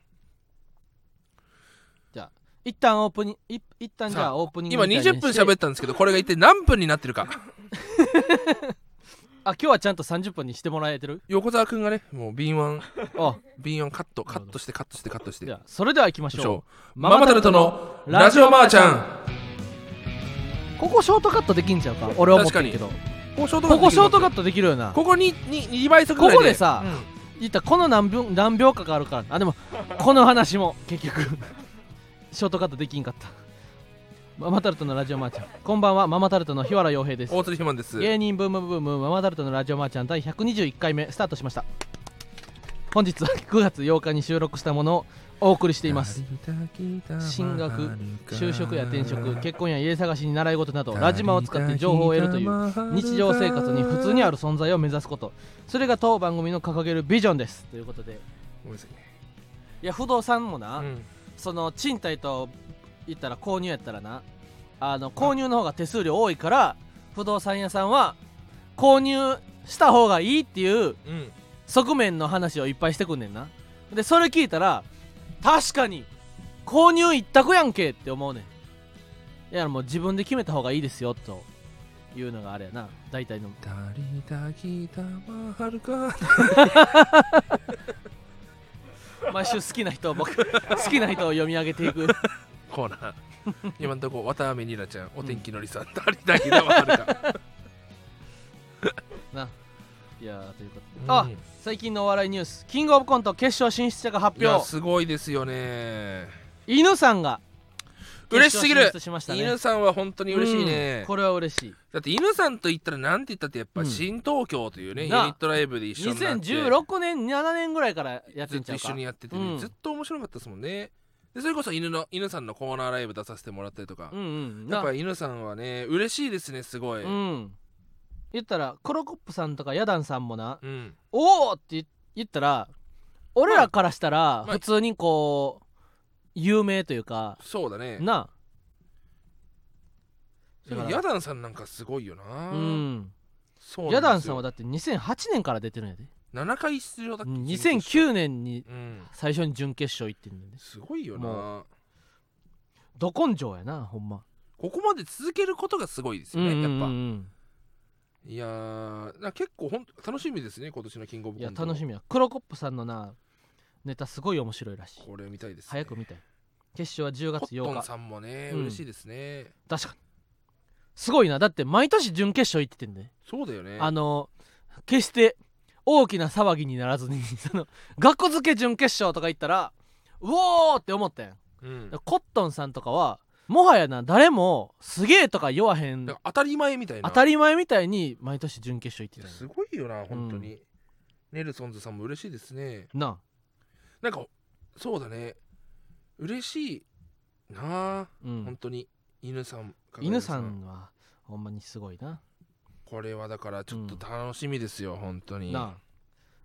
[SPEAKER 1] 一旦オープニングい一旦じ
[SPEAKER 2] さ
[SPEAKER 1] ゃ
[SPEAKER 2] あ
[SPEAKER 1] あオープニング
[SPEAKER 2] 今20分喋
[SPEAKER 1] っ
[SPEAKER 2] ったんですけどこれが一体何分になってるか
[SPEAKER 1] あ今日はちゃんと30分にしてもらえてる
[SPEAKER 2] 横澤君がねもう敏腕
[SPEAKER 1] あ
[SPEAKER 2] 敏腕カットカットしてカットしてカットして
[SPEAKER 1] じゃあそれでは行きましょう
[SPEAKER 2] そうママタルトのラジオマーちゃん
[SPEAKER 1] ここショートカットできんちゃうか俺は思ってるけど
[SPEAKER 2] ここショートカ
[SPEAKER 1] こ
[SPEAKER 2] ット
[SPEAKER 1] こショートカ
[SPEAKER 2] ッ
[SPEAKER 1] ットできるよな
[SPEAKER 2] ここにに2倍速ぐらい
[SPEAKER 1] ここでさ
[SPEAKER 2] うん
[SPEAKER 1] いったらこの何秒何秒かがあるからあでもこの話も結局ショートカットできんかったママタルトのラジオマーちゃんこんばんはママタルトの日原洋平です
[SPEAKER 2] 大鶴ひまんです
[SPEAKER 1] 芸人ブームブームママタルトのラジオマーちゃん第121回目スタートしました本日は9月8日に収録したものをお送りしています進学就職や転職結婚や家探しに習い事などラジマを使って情報を得るという
[SPEAKER 2] う
[SPEAKER 1] 日常生活に普通にあ
[SPEAKER 2] る
[SPEAKER 1] る存在を目指すことそれが当番組の掲げるビジョンですということで
[SPEAKER 2] ごめんなさいね
[SPEAKER 1] いや不動産もな、
[SPEAKER 2] うん
[SPEAKER 1] その賃貸と言ったら購入やったらなあの購入の方が手数料多いから不動産屋さんは購入した方がいいっていう
[SPEAKER 2] うん
[SPEAKER 1] 側面の話をいっぱいしてくんねんなでそれ聞いたら確かに購入一択やんけって思うねんいやもう自分で決めた方がいいですよというのがあれやな大体の
[SPEAKER 2] 誰だギタマハルカ
[SPEAKER 1] 毎週好きな人を僕 好きな人を読み上げていく
[SPEAKER 2] コーナー今んとこ渡辺ニラちゃんお天気のりさん誰だギタマハルカ
[SPEAKER 1] いやーということで、あ最近のお笑いニュースキングオブコント決勝進出者が
[SPEAKER 2] い
[SPEAKER 1] 発
[SPEAKER 2] や
[SPEAKER 1] 表
[SPEAKER 2] すごいですよね
[SPEAKER 1] 犬さんが
[SPEAKER 2] 嬉しすぎる
[SPEAKER 1] 決勝進出しましたね
[SPEAKER 2] 犬さんは本当に嬉しいね、
[SPEAKER 1] うんこれは嬉しい
[SPEAKER 2] だって犬さんと言ったらなんて言ったってやっぱ
[SPEAKER 1] うん
[SPEAKER 2] 新東京というね、ユニ
[SPEAKER 1] なあ
[SPEAKER 2] ットライブで一緒になって
[SPEAKER 1] 2016年7年ぐらいからやって
[SPEAKER 2] ずっ
[SPEAKER 1] んち
[SPEAKER 2] と
[SPEAKER 1] ゃう
[SPEAKER 2] 一
[SPEAKER 1] か
[SPEAKER 2] 緒にやっててね、
[SPEAKER 1] うん
[SPEAKER 2] ずっと面白かったですもんねでそれこそ犬の犬さんのコーナーライブ出させてもらったりとか、
[SPEAKER 1] うんうん
[SPEAKER 2] や
[SPEAKER 1] な
[SPEAKER 2] っぱ犬さんはね嬉しいですねすごい、
[SPEAKER 1] うん言ったらクロコップさんとかヤダンさんもな
[SPEAKER 2] うん
[SPEAKER 1] 「おお!」って言ったら俺らからしたら
[SPEAKER 2] まあ
[SPEAKER 1] 普通にこう有名というか
[SPEAKER 2] そうだね
[SPEAKER 1] な
[SPEAKER 2] でもヤダンさんなんかすごいよな、
[SPEAKER 1] うん
[SPEAKER 2] そう
[SPEAKER 1] ヤダンさんは
[SPEAKER 2] だ
[SPEAKER 1] だって2008年から出てるんやで
[SPEAKER 2] 7回出場だっけ
[SPEAKER 1] 2009年に
[SPEAKER 2] うん
[SPEAKER 1] 最初に準決勝行ってんねんです
[SPEAKER 2] ごいよ
[SPEAKER 1] も
[SPEAKER 2] な
[SPEAKER 1] ど根性やなほんま
[SPEAKER 2] ここまで続けることがすごいですよね、
[SPEAKER 1] うんうんう
[SPEAKER 2] やっ
[SPEAKER 1] ん
[SPEAKER 2] ぱいやーな結構ほん楽しみですね今年のキングオブ
[SPEAKER 1] い
[SPEAKER 2] コ
[SPEAKER 1] や
[SPEAKER 2] ント
[SPEAKER 1] 楽しみやクロコップさんのなネタすごい面白いらしい
[SPEAKER 2] これ見たいです、ね、
[SPEAKER 1] 早く見たい決勝は10
[SPEAKER 2] コ
[SPEAKER 1] 月
[SPEAKER 2] ット
[SPEAKER 1] 8
[SPEAKER 2] ン
[SPEAKER 1] 日
[SPEAKER 2] さんもね、
[SPEAKER 1] うん
[SPEAKER 2] 嬉しいですね
[SPEAKER 1] 確かにすごいなだって毎年準決勝行っててんで、
[SPEAKER 2] そうだよね
[SPEAKER 1] あの決して大きな騒ぎにならずに その学校付け準決勝とか行ったらうおーって思ったやん
[SPEAKER 2] うん、
[SPEAKER 1] コットンさんとかはもはやな誰もすげえとか言わへん
[SPEAKER 2] だから当たり前みたいな
[SPEAKER 1] 当た
[SPEAKER 2] り
[SPEAKER 1] り前みたいに毎年準決勝行ってたんや
[SPEAKER 2] すごいよな本当に、ネルソンズさんも嬉しいですね
[SPEAKER 1] なあ
[SPEAKER 2] なんかそうだね嬉しいなあ、
[SPEAKER 1] う
[SPEAKER 2] 本
[SPEAKER 1] ん
[SPEAKER 2] 当に犬さんか
[SPEAKER 1] 犬さんはほんまにすごいな
[SPEAKER 2] これはだからちょっと楽しみですよ、本当に
[SPEAKER 1] なあ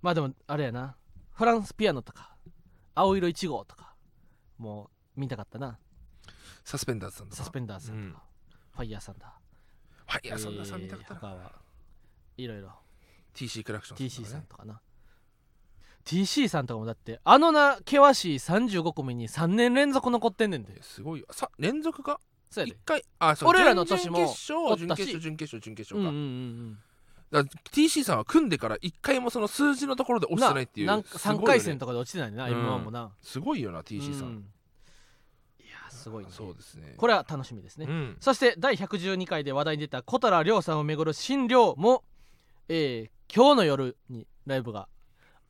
[SPEAKER 1] まあでもあれやなフランスピアノとか青色1号とかもう見たかったな
[SPEAKER 2] サスペンダーズさんとか
[SPEAKER 1] サスペンダーズさんとか、ファイヤーさんだ
[SPEAKER 2] はいいやそんなさん見たかった
[SPEAKER 1] えー他
[SPEAKER 2] な、
[SPEAKER 1] はいろいろ
[SPEAKER 2] TC クラクション
[SPEAKER 1] TC さ
[SPEAKER 2] と
[SPEAKER 1] ん
[SPEAKER 2] かね
[SPEAKER 1] とかな TC さんとかもだってあのな険しい35組に3年連続残ってんねん
[SPEAKER 2] い
[SPEAKER 1] で
[SPEAKER 2] やすごいよさ連続か
[SPEAKER 1] そうや
[SPEAKER 2] 一
[SPEAKER 1] で
[SPEAKER 2] 回あそう
[SPEAKER 1] 俺らの年も
[SPEAKER 2] 準々決
[SPEAKER 1] おっ
[SPEAKER 2] 勝準
[SPEAKER 1] たし
[SPEAKER 2] 決勝準決勝準決
[SPEAKER 1] うんうんう
[SPEAKER 2] 勝か、
[SPEAKER 1] ん
[SPEAKER 2] だから TC さんは組んでから一回もその数字のところで
[SPEAKER 1] うん
[SPEAKER 2] 落ちてないっていう
[SPEAKER 1] なんか
[SPEAKER 2] すごいよ
[SPEAKER 1] 3
[SPEAKER 2] ね
[SPEAKER 1] 回戦とかで落ちてないな、
[SPEAKER 2] うん
[SPEAKER 1] m 1もな
[SPEAKER 2] すごいよな TC さん、
[SPEAKER 1] うんいやーすごいね
[SPEAKER 2] そうですね
[SPEAKER 1] これは楽しみですね、
[SPEAKER 2] うん
[SPEAKER 1] そして第112回で話題に出た小太良亮さんをめぐる新寮も、えー今日の夜にライブが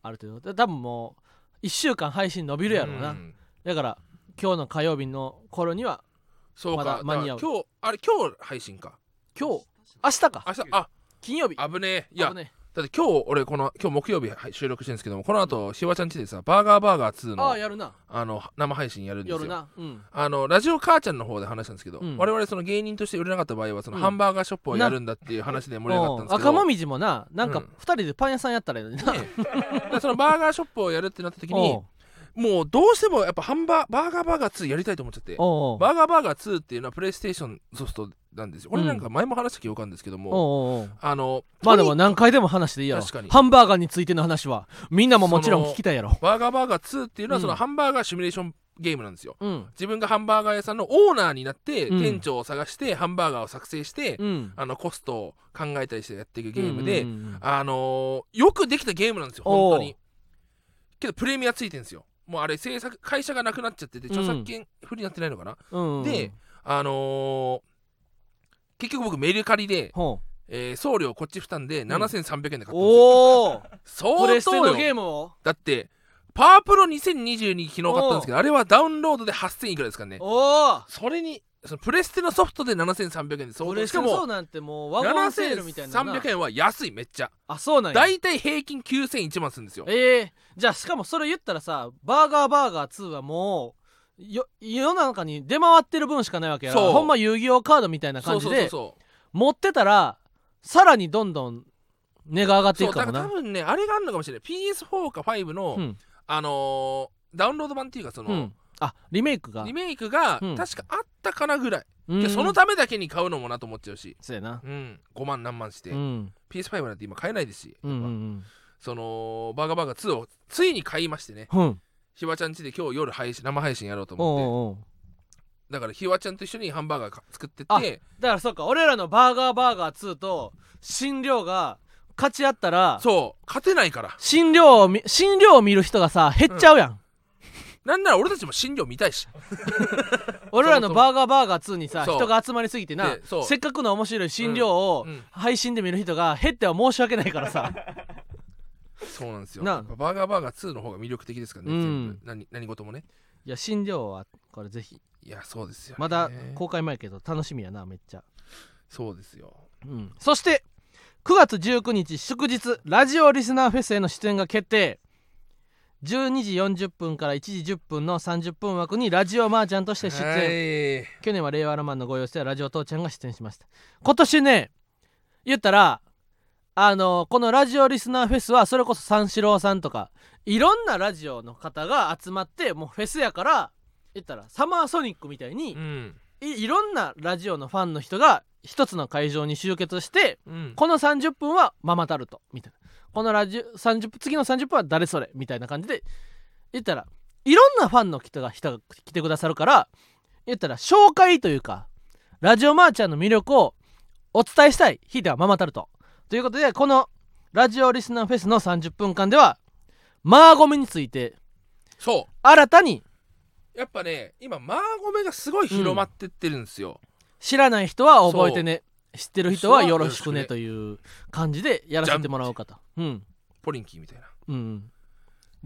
[SPEAKER 1] あるということで多分もう1週間配信伸びるやろうな、
[SPEAKER 2] ん
[SPEAKER 1] だから今日の火曜日の頃には
[SPEAKER 2] そう
[SPEAKER 1] ま
[SPEAKER 2] か
[SPEAKER 1] だ間に合う
[SPEAKER 2] だから今日あれ今日配信か
[SPEAKER 1] 今日明日か
[SPEAKER 2] 明日あ
[SPEAKER 1] 金曜日
[SPEAKER 2] 危ねえいや
[SPEAKER 1] 危ね
[SPEAKER 2] だって今日俺この今日木曜日はい収録してるんですけどもこの後ひわちゃんちでさバーガーバーガー2
[SPEAKER 1] ああ
[SPEAKER 2] の
[SPEAKER 1] やるな
[SPEAKER 2] あの生配信やるんです
[SPEAKER 1] 夜
[SPEAKER 2] よ
[SPEAKER 1] なうん
[SPEAKER 2] あのラジオ母ちゃんの方で話したんですけど、
[SPEAKER 1] うん
[SPEAKER 2] 我々その芸人として売れなかった場合はその
[SPEAKER 1] うん
[SPEAKER 2] ハンバーガーショップをやるんだっていう話で盛り上がったんですけど、
[SPEAKER 1] 赤もみじもななんか
[SPEAKER 2] うん
[SPEAKER 1] 2人でパン屋さんやったらいいのにな、
[SPEAKER 2] ねだからそのバーガーショップをやるってなった時に
[SPEAKER 1] おう
[SPEAKER 2] もうどうしてもやっぱハンババーガーバーガー2やりたいと思っちゃって
[SPEAKER 1] おうおう
[SPEAKER 2] バーガーバーガー2っていうのはプレイステーションソフトなんですよ
[SPEAKER 1] うん
[SPEAKER 2] 俺なんか前も話した記憶あるんですけども、
[SPEAKER 1] おうおうおう
[SPEAKER 2] あの
[SPEAKER 1] まあでも
[SPEAKER 2] とに
[SPEAKER 1] 何回でも話していいやろ
[SPEAKER 2] 確かに
[SPEAKER 1] ハンバーガーについての話はみんなももちろん聞きたいやろ
[SPEAKER 2] バーガーバーガー2っていうのはそうの
[SPEAKER 1] ん
[SPEAKER 2] ハンバーガーシミュレーションゲームなんですよ
[SPEAKER 1] うん
[SPEAKER 2] 自分がハンバーガー屋さんのオーナーになって
[SPEAKER 1] うん
[SPEAKER 2] 店長を探してハンバーガーを作成して、
[SPEAKER 1] うん
[SPEAKER 2] あのコストを考えたりしてやっていくゲームで、
[SPEAKER 1] うんうんうん
[SPEAKER 2] あのーよくできたゲームなんですよ
[SPEAKER 1] おう
[SPEAKER 2] 本当にけどプレミアついてるんですよもうあれ制作会社がなくなっちゃってて著作権不利になってないのかな、
[SPEAKER 1] うんうん
[SPEAKER 2] であのー結局僕メルカリで、
[SPEAKER 1] ほう
[SPEAKER 2] えー送料こっち負担で7300円で買ったんですよ、
[SPEAKER 1] おおプレ
[SPEAKER 2] 相
[SPEAKER 1] ステの
[SPEAKER 2] 当
[SPEAKER 1] ゲ
[SPEAKER 2] よ
[SPEAKER 1] ームを
[SPEAKER 2] だってパワープロ2022昨日買ったんですけどあれはダウンロードで8000いくらですからね
[SPEAKER 1] おお
[SPEAKER 2] それにそのプレステのソフトで7300円で相
[SPEAKER 1] プ
[SPEAKER 2] 当
[SPEAKER 1] レス
[SPEAKER 2] し
[SPEAKER 1] テ
[SPEAKER 2] か
[SPEAKER 1] そう
[SPEAKER 2] も
[SPEAKER 1] なんてもうワンワンセールみたいなな
[SPEAKER 2] 7300円は安いめっちゃ
[SPEAKER 1] あそうなんや
[SPEAKER 2] 大体平均9001万するんですよ
[SPEAKER 1] ええじゃあしかもそれ言ったらさバーガーバーガー2はもうよ世の中に出回ってる分しかないわけや
[SPEAKER 2] そう
[SPEAKER 1] ほんま遊戯王カードみたいな
[SPEAKER 2] そ
[SPEAKER 1] 感
[SPEAKER 2] う
[SPEAKER 1] じ
[SPEAKER 2] そうそう
[SPEAKER 1] で
[SPEAKER 2] そう
[SPEAKER 1] 持ってたらさらにどんどん値が上がってい
[SPEAKER 2] そう
[SPEAKER 1] く
[SPEAKER 2] だ
[SPEAKER 1] か
[SPEAKER 2] か
[SPEAKER 1] も
[SPEAKER 2] ら多
[SPEAKER 1] な
[SPEAKER 2] 分ねあれがあるのかもしれない PS4 か5の、
[SPEAKER 1] うん
[SPEAKER 2] あのーダウンロード版っていうかその、
[SPEAKER 1] うんあリメイクが
[SPEAKER 2] リメイクが
[SPEAKER 1] うん
[SPEAKER 2] 確かあったかなぐらい、
[SPEAKER 1] うん
[SPEAKER 2] でそのためだけに買うのもなと思っちゃうし、
[SPEAKER 1] そうやな
[SPEAKER 2] うん、5万何万して、
[SPEAKER 1] うん
[SPEAKER 2] PS5 なんて今買えないですし、
[SPEAKER 1] うんうん
[SPEAKER 2] そのバーガーバーガー2をついに買いましてね
[SPEAKER 1] うんうん
[SPEAKER 2] ひわちゃん家で今日夜配信生配信やろうと
[SPEAKER 1] おう
[SPEAKER 2] 思って
[SPEAKER 1] おうおう
[SPEAKER 2] だからひわちゃんと一緒にハンバーガーか作って
[SPEAKER 1] あ
[SPEAKER 2] って
[SPEAKER 1] だからそうか俺らのバーガーバーガー2と新量が勝ち合ったら
[SPEAKER 2] そう勝てないから
[SPEAKER 1] 新量を見新量を見る人がさ減っちゃうやん
[SPEAKER 2] なんなら俺たちも診療見たいし
[SPEAKER 1] 俺らの
[SPEAKER 2] そもそ
[SPEAKER 1] バー
[SPEAKER 2] も
[SPEAKER 1] ガーバーガー2にさ
[SPEAKER 2] そう
[SPEAKER 1] 人が集まりすぎてな
[SPEAKER 2] でそう
[SPEAKER 1] せっかくの面白い新量を
[SPEAKER 2] うんうん
[SPEAKER 1] 配信で見る人が減っては申し訳ないからさ
[SPEAKER 2] そうなんですよ
[SPEAKER 1] なあ
[SPEAKER 2] やっぱバーガーバーガー2の方が魅力的ですからね、
[SPEAKER 1] うん
[SPEAKER 2] 全部何何事もね
[SPEAKER 1] いや新量はこれぜひ
[SPEAKER 2] いやそうですよね、
[SPEAKER 1] まだ公開前やけど楽しみやなめっちゃ、
[SPEAKER 2] そうですよ
[SPEAKER 1] うん、そして9月19日祝日ラジオリスナーフェスへの出演が決定12時40分から1時10分の30分枠にラジオマージャンとして出演、
[SPEAKER 2] 演
[SPEAKER 1] 去年は令和ロマンのご様子でラジオ父ちゃんが出演しました今年ね言ったらあのこのラジオリスナーフェスはそれこそ三四郎さんとかいろんなラジオの方が集まってもうフェスやから言ったらサマーソニックみたいに
[SPEAKER 2] うん
[SPEAKER 1] いいろんなラジオのファンの人が一つの会場に集結して
[SPEAKER 2] うん
[SPEAKER 1] この30分はママタルトみたいなこのラジオ30分次の30分は誰それみたいな感じで言ったらいろんなファンの人が人が来てくださるから言ったら紹介というかラジオマーちゃんの魅力をお伝えしたいひいてはママタルトということでこのラジオリスナーフェスの30分間ではマーゴメについて
[SPEAKER 2] そ
[SPEAKER 1] 新たに
[SPEAKER 2] うやっぱね今マーゴメがすごい広まってってるんですよ、
[SPEAKER 1] 知らない人は覚えてね知ってる人はよろしくねという感じでやらせてもらおうかとうん
[SPEAKER 2] ポリンキーみたいな
[SPEAKER 1] うん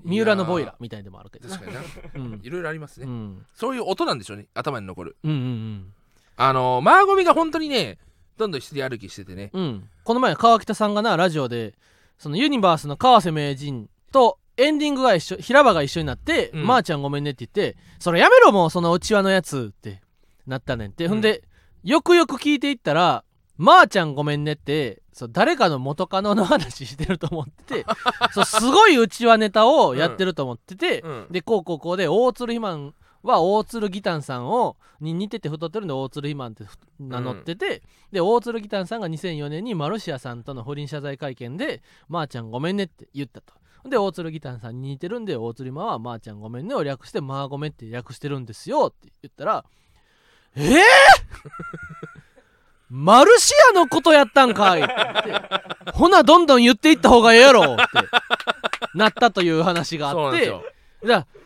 [SPEAKER 1] 三浦のボイラみたいでもあるけどな
[SPEAKER 2] 確かにな
[SPEAKER 1] うん
[SPEAKER 2] いろいろありますね、
[SPEAKER 1] うん
[SPEAKER 2] そういう音なんでしょうね頭に残る
[SPEAKER 1] うんうん
[SPEAKER 2] あのーマーゴメが本当にねどんどん一人歩きしててね
[SPEAKER 1] うんうんこの前川北さんがなラジオでそのユニバースの川瀬名人とエンディングが一緒平場が一緒になって「
[SPEAKER 2] うん
[SPEAKER 1] まーちゃんごめんね」って言って「それやめろもうそのうちわのやつ」ってなったねんって、ほんでよくよく聞いていったら「まー、ちゃんごめんね」ってそう誰かの元カノの話してると思っててそうすごいうちわネタをやってると思ってて、
[SPEAKER 2] うん
[SPEAKER 1] でこうこうこうで大鶴ひまんは大鶴ギタンさんをに似てて太ってるんで大鶴ひまんってふ名乗ってて、で大鶴ギタンさんが2004年にマルシアさんとの不倫謝罪会見で「まー、ちゃんごめんね」って言ったと。で大鶴ギタンさんに似てるんで大鶴ひまは「まー、ちゃんごめんね」を略して「まーごめん」って略してるんですよって言ったら「えー、 マルシアのことやったんかい!」って言ってほなどんどん言っていった方がええやろ」ってなったという話が
[SPEAKER 2] そう
[SPEAKER 1] あっ
[SPEAKER 2] なんです
[SPEAKER 1] て
[SPEAKER 2] よ。
[SPEAKER 1] だから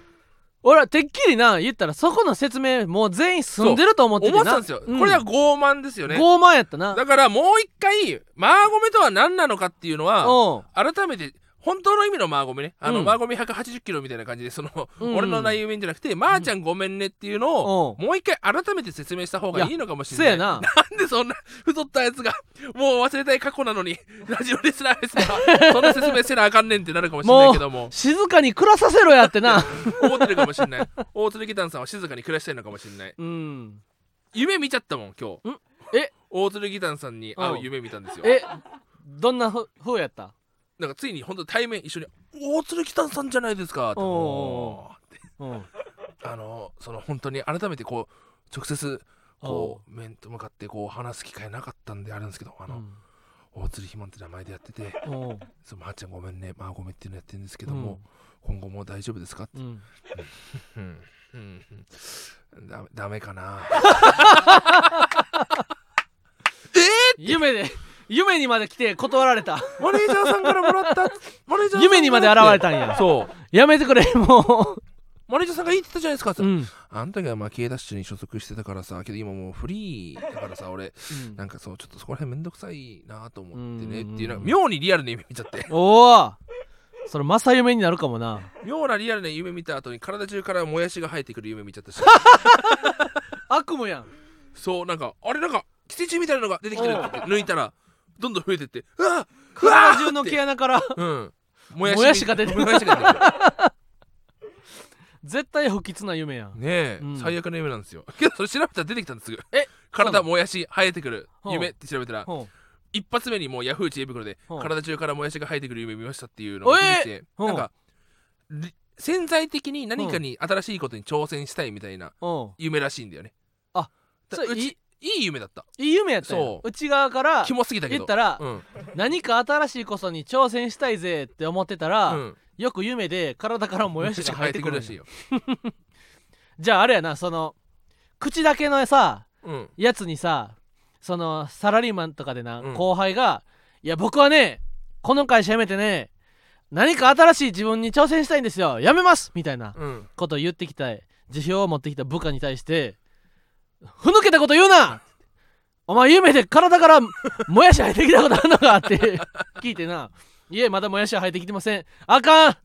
[SPEAKER 1] 俺はてっきりな言ったらそこの説明もう全員住んでると思ってて
[SPEAKER 2] 思
[SPEAKER 1] な
[SPEAKER 2] ってたんですよ、
[SPEAKER 1] う
[SPEAKER 2] これは傲慢ですよね
[SPEAKER 1] 傲慢やったな
[SPEAKER 2] だからもう一回マーゴメとは何なのかっていうのは
[SPEAKER 1] お
[SPEAKER 2] 改めて本当の意味のマーゴメねあの、
[SPEAKER 1] うん
[SPEAKER 2] マーゴメ180キロみたいな感じでその、
[SPEAKER 1] うん
[SPEAKER 2] 俺の内容面じゃなくてマーちゃんごめんねっていうのを、
[SPEAKER 1] う
[SPEAKER 2] もう一回改めて説明した方がいいのかもし
[SPEAKER 1] せ
[SPEAKER 2] れな
[SPEAKER 1] や
[SPEAKER 2] い
[SPEAKER 1] な
[SPEAKER 2] なんでそんな太ったやつがもう忘れたい過去な のにラジオリスナーですからそんな説明せなあかんねんってなるかもしれないけ ども
[SPEAKER 1] 静かに暮らさせろやってな
[SPEAKER 2] 思ってるかもしれない大鶴ギタンさんは静かに暮らしたいのかもしれない
[SPEAKER 1] うん
[SPEAKER 2] 夢見ちゃったもん今日
[SPEAKER 1] え
[SPEAKER 2] 大鶴ギタンさんに会う夢見たんですよ
[SPEAKER 1] えどんなふふうやった
[SPEAKER 2] なんかついに本当対面一緒に「大鶴ギタンさんじゃないですか」って
[SPEAKER 1] おうおうおう
[SPEAKER 2] おーって
[SPEAKER 1] うん
[SPEAKER 2] あのその本当に改めてこう直接こう面と向かってこう話す機会なかったんであるんですけどあ
[SPEAKER 1] う
[SPEAKER 2] の、
[SPEAKER 1] ん
[SPEAKER 2] 大鶴ひまんって名前でやってて
[SPEAKER 1] おう
[SPEAKER 2] 「そのまー、ちゃんごめんねまあごめん」っていうのやってるんですけども、今後も大丈夫ですかって
[SPEAKER 1] うんうん
[SPEAKER 2] うんうんうんダメダメかな
[SPEAKER 1] 夢で夢にまで来て断られた
[SPEAKER 2] マネージャーさんからもらったマネージャーさんから
[SPEAKER 1] 夢にまで現れたんや
[SPEAKER 2] そう
[SPEAKER 1] やめてくれも
[SPEAKER 2] マネージャーさんがいいって言ったじゃないですか、
[SPEAKER 1] ううん
[SPEAKER 2] あの時はまあ K ダッシュに所属してたからさけど今もうフリーだからさ俺
[SPEAKER 1] うん
[SPEAKER 2] なんかそうちょっとそこら辺めんどくさいなと思ってね
[SPEAKER 1] うん
[SPEAKER 2] っていうなんか妙にリアルな夢見ちゃって
[SPEAKER 1] おおそれ正夢になるかもな
[SPEAKER 2] 妙なリアルな夢見た後に体中からもやしが生えてくる夢見ちゃった し
[SPEAKER 1] 悪夢やん
[SPEAKER 2] そうなんかあれなんか寄生虫みたいなのが出てきてるって言って抜いたらどんどん増えて ってうわうわ
[SPEAKER 1] 体中の毛穴から
[SPEAKER 2] うんも
[SPEAKER 1] もやしが出てくる
[SPEAKER 2] もやしが出てくる
[SPEAKER 1] 絶対不吉な夢やん
[SPEAKER 2] ねえ、
[SPEAKER 1] うん
[SPEAKER 2] 最悪の夢なんですよ けどそれ調べたら出てきたんですぐえ
[SPEAKER 1] そうな
[SPEAKER 2] 体
[SPEAKER 1] の
[SPEAKER 2] もやし生えてくる
[SPEAKER 1] ほう
[SPEAKER 2] 夢って調べたら
[SPEAKER 1] ほ
[SPEAKER 2] 一発目にもうヤフー知恵袋で
[SPEAKER 1] ほう
[SPEAKER 2] 体中からもやしが生えてくる夢見ましたっていうのが出てきて
[SPEAKER 1] ほう
[SPEAKER 2] なんかり潜在的に何かに新しいことに挑戦したいみたいな
[SPEAKER 1] うお
[SPEAKER 2] 夢らしいんだよね
[SPEAKER 1] あ
[SPEAKER 2] だ
[SPEAKER 1] そう
[SPEAKER 2] うち
[SPEAKER 1] い
[SPEAKER 2] いい夢だった
[SPEAKER 1] ういい夢やったよ
[SPEAKER 2] そう
[SPEAKER 1] 内側から
[SPEAKER 2] キモすぎたけ
[SPEAKER 1] 言っ
[SPEAKER 2] ど
[SPEAKER 1] たら、
[SPEAKER 2] うん
[SPEAKER 1] 何か新しいことに挑戦したいぜって思ってたら、
[SPEAKER 2] うん
[SPEAKER 1] よく夢で体からもやしが生えてくる
[SPEAKER 2] ら
[SPEAKER 1] ん
[SPEAKER 2] し
[SPEAKER 1] や
[SPEAKER 2] いよ
[SPEAKER 1] じゃああれやなその口だけのさ
[SPEAKER 2] うん
[SPEAKER 1] やつにさそのサラリーマンとかでな、
[SPEAKER 2] うん
[SPEAKER 1] 後輩が「いや僕はねこの会社辞めてね何か新しい自分に挑戦したいんですよ辞めます!」みたいな
[SPEAKER 2] うん
[SPEAKER 1] ことを言ってきた辞表を持ってきた部下に対して「ふぬけたこと言うな!」お前夢で体から もやし生えてきたことあるのかって 聞いてな「いえまだもやしは生えてきてませんあかん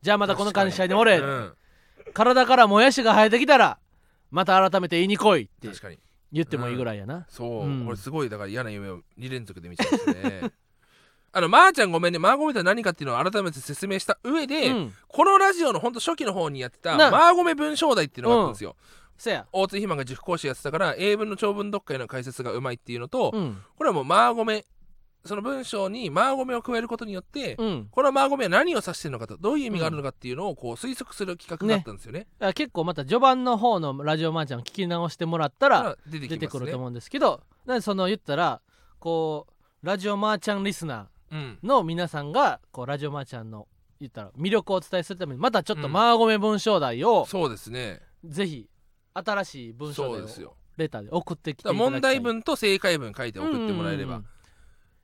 [SPEAKER 1] じゃあまたこの会社におれ、
[SPEAKER 2] うん
[SPEAKER 1] 体からもやしが生えてきたらまた改めて言いに来い」って
[SPEAKER 2] 確かに
[SPEAKER 1] 言ってもいいぐらいやな、
[SPEAKER 2] そう、
[SPEAKER 1] うん
[SPEAKER 2] これすごいだから嫌な夢を2連続で見ちゃいましたね あのまー、ちゃんごめんねマーゴメとは何かっていうのを改めて説明した上で、
[SPEAKER 1] うん
[SPEAKER 2] このラジオのほんと初期の方にやってた
[SPEAKER 1] な
[SPEAKER 2] マーゴメ文章題っていうのがあったんですよ、
[SPEAKER 1] せや
[SPEAKER 2] 大津ひまが塾講師やってたから英文の長文読解の解説がうまいっていうのと、
[SPEAKER 1] うん
[SPEAKER 2] これはもうマーゴメその文章にマーゴメを加えることによって、
[SPEAKER 1] うん
[SPEAKER 2] このマーゴメは何を指してるのかとどういう意味があるのかっていうのをこう推測する企画があったんですよね。
[SPEAKER 1] あ結構また序盤の方のラジオマーちゃんを聞き直してもらったら、
[SPEAKER 2] が出て
[SPEAKER 1] 出
[SPEAKER 2] き
[SPEAKER 1] て
[SPEAKER 2] ま
[SPEAKER 1] く
[SPEAKER 2] す
[SPEAKER 1] ると
[SPEAKER 2] ね。
[SPEAKER 1] 思うんですけどなんでその言ったらこうラジオマーちゃんリスナ
[SPEAKER 2] うん
[SPEAKER 1] ーの皆さんがこうラジオマーちゃんの言ったら魅力をお伝えするためにまたちょっと
[SPEAKER 2] うん
[SPEAKER 1] マーゴメ文章題を、
[SPEAKER 2] そうですね。
[SPEAKER 1] ぜひ新しい文章
[SPEAKER 2] そう
[SPEAKER 1] 題
[SPEAKER 2] です
[SPEAKER 1] を
[SPEAKER 2] よ。
[SPEAKER 1] レターで送ってきてい
[SPEAKER 2] だから
[SPEAKER 1] ただきたい
[SPEAKER 2] 問題文と正解文書いて送ってもらえれば。
[SPEAKER 1] うんうんうん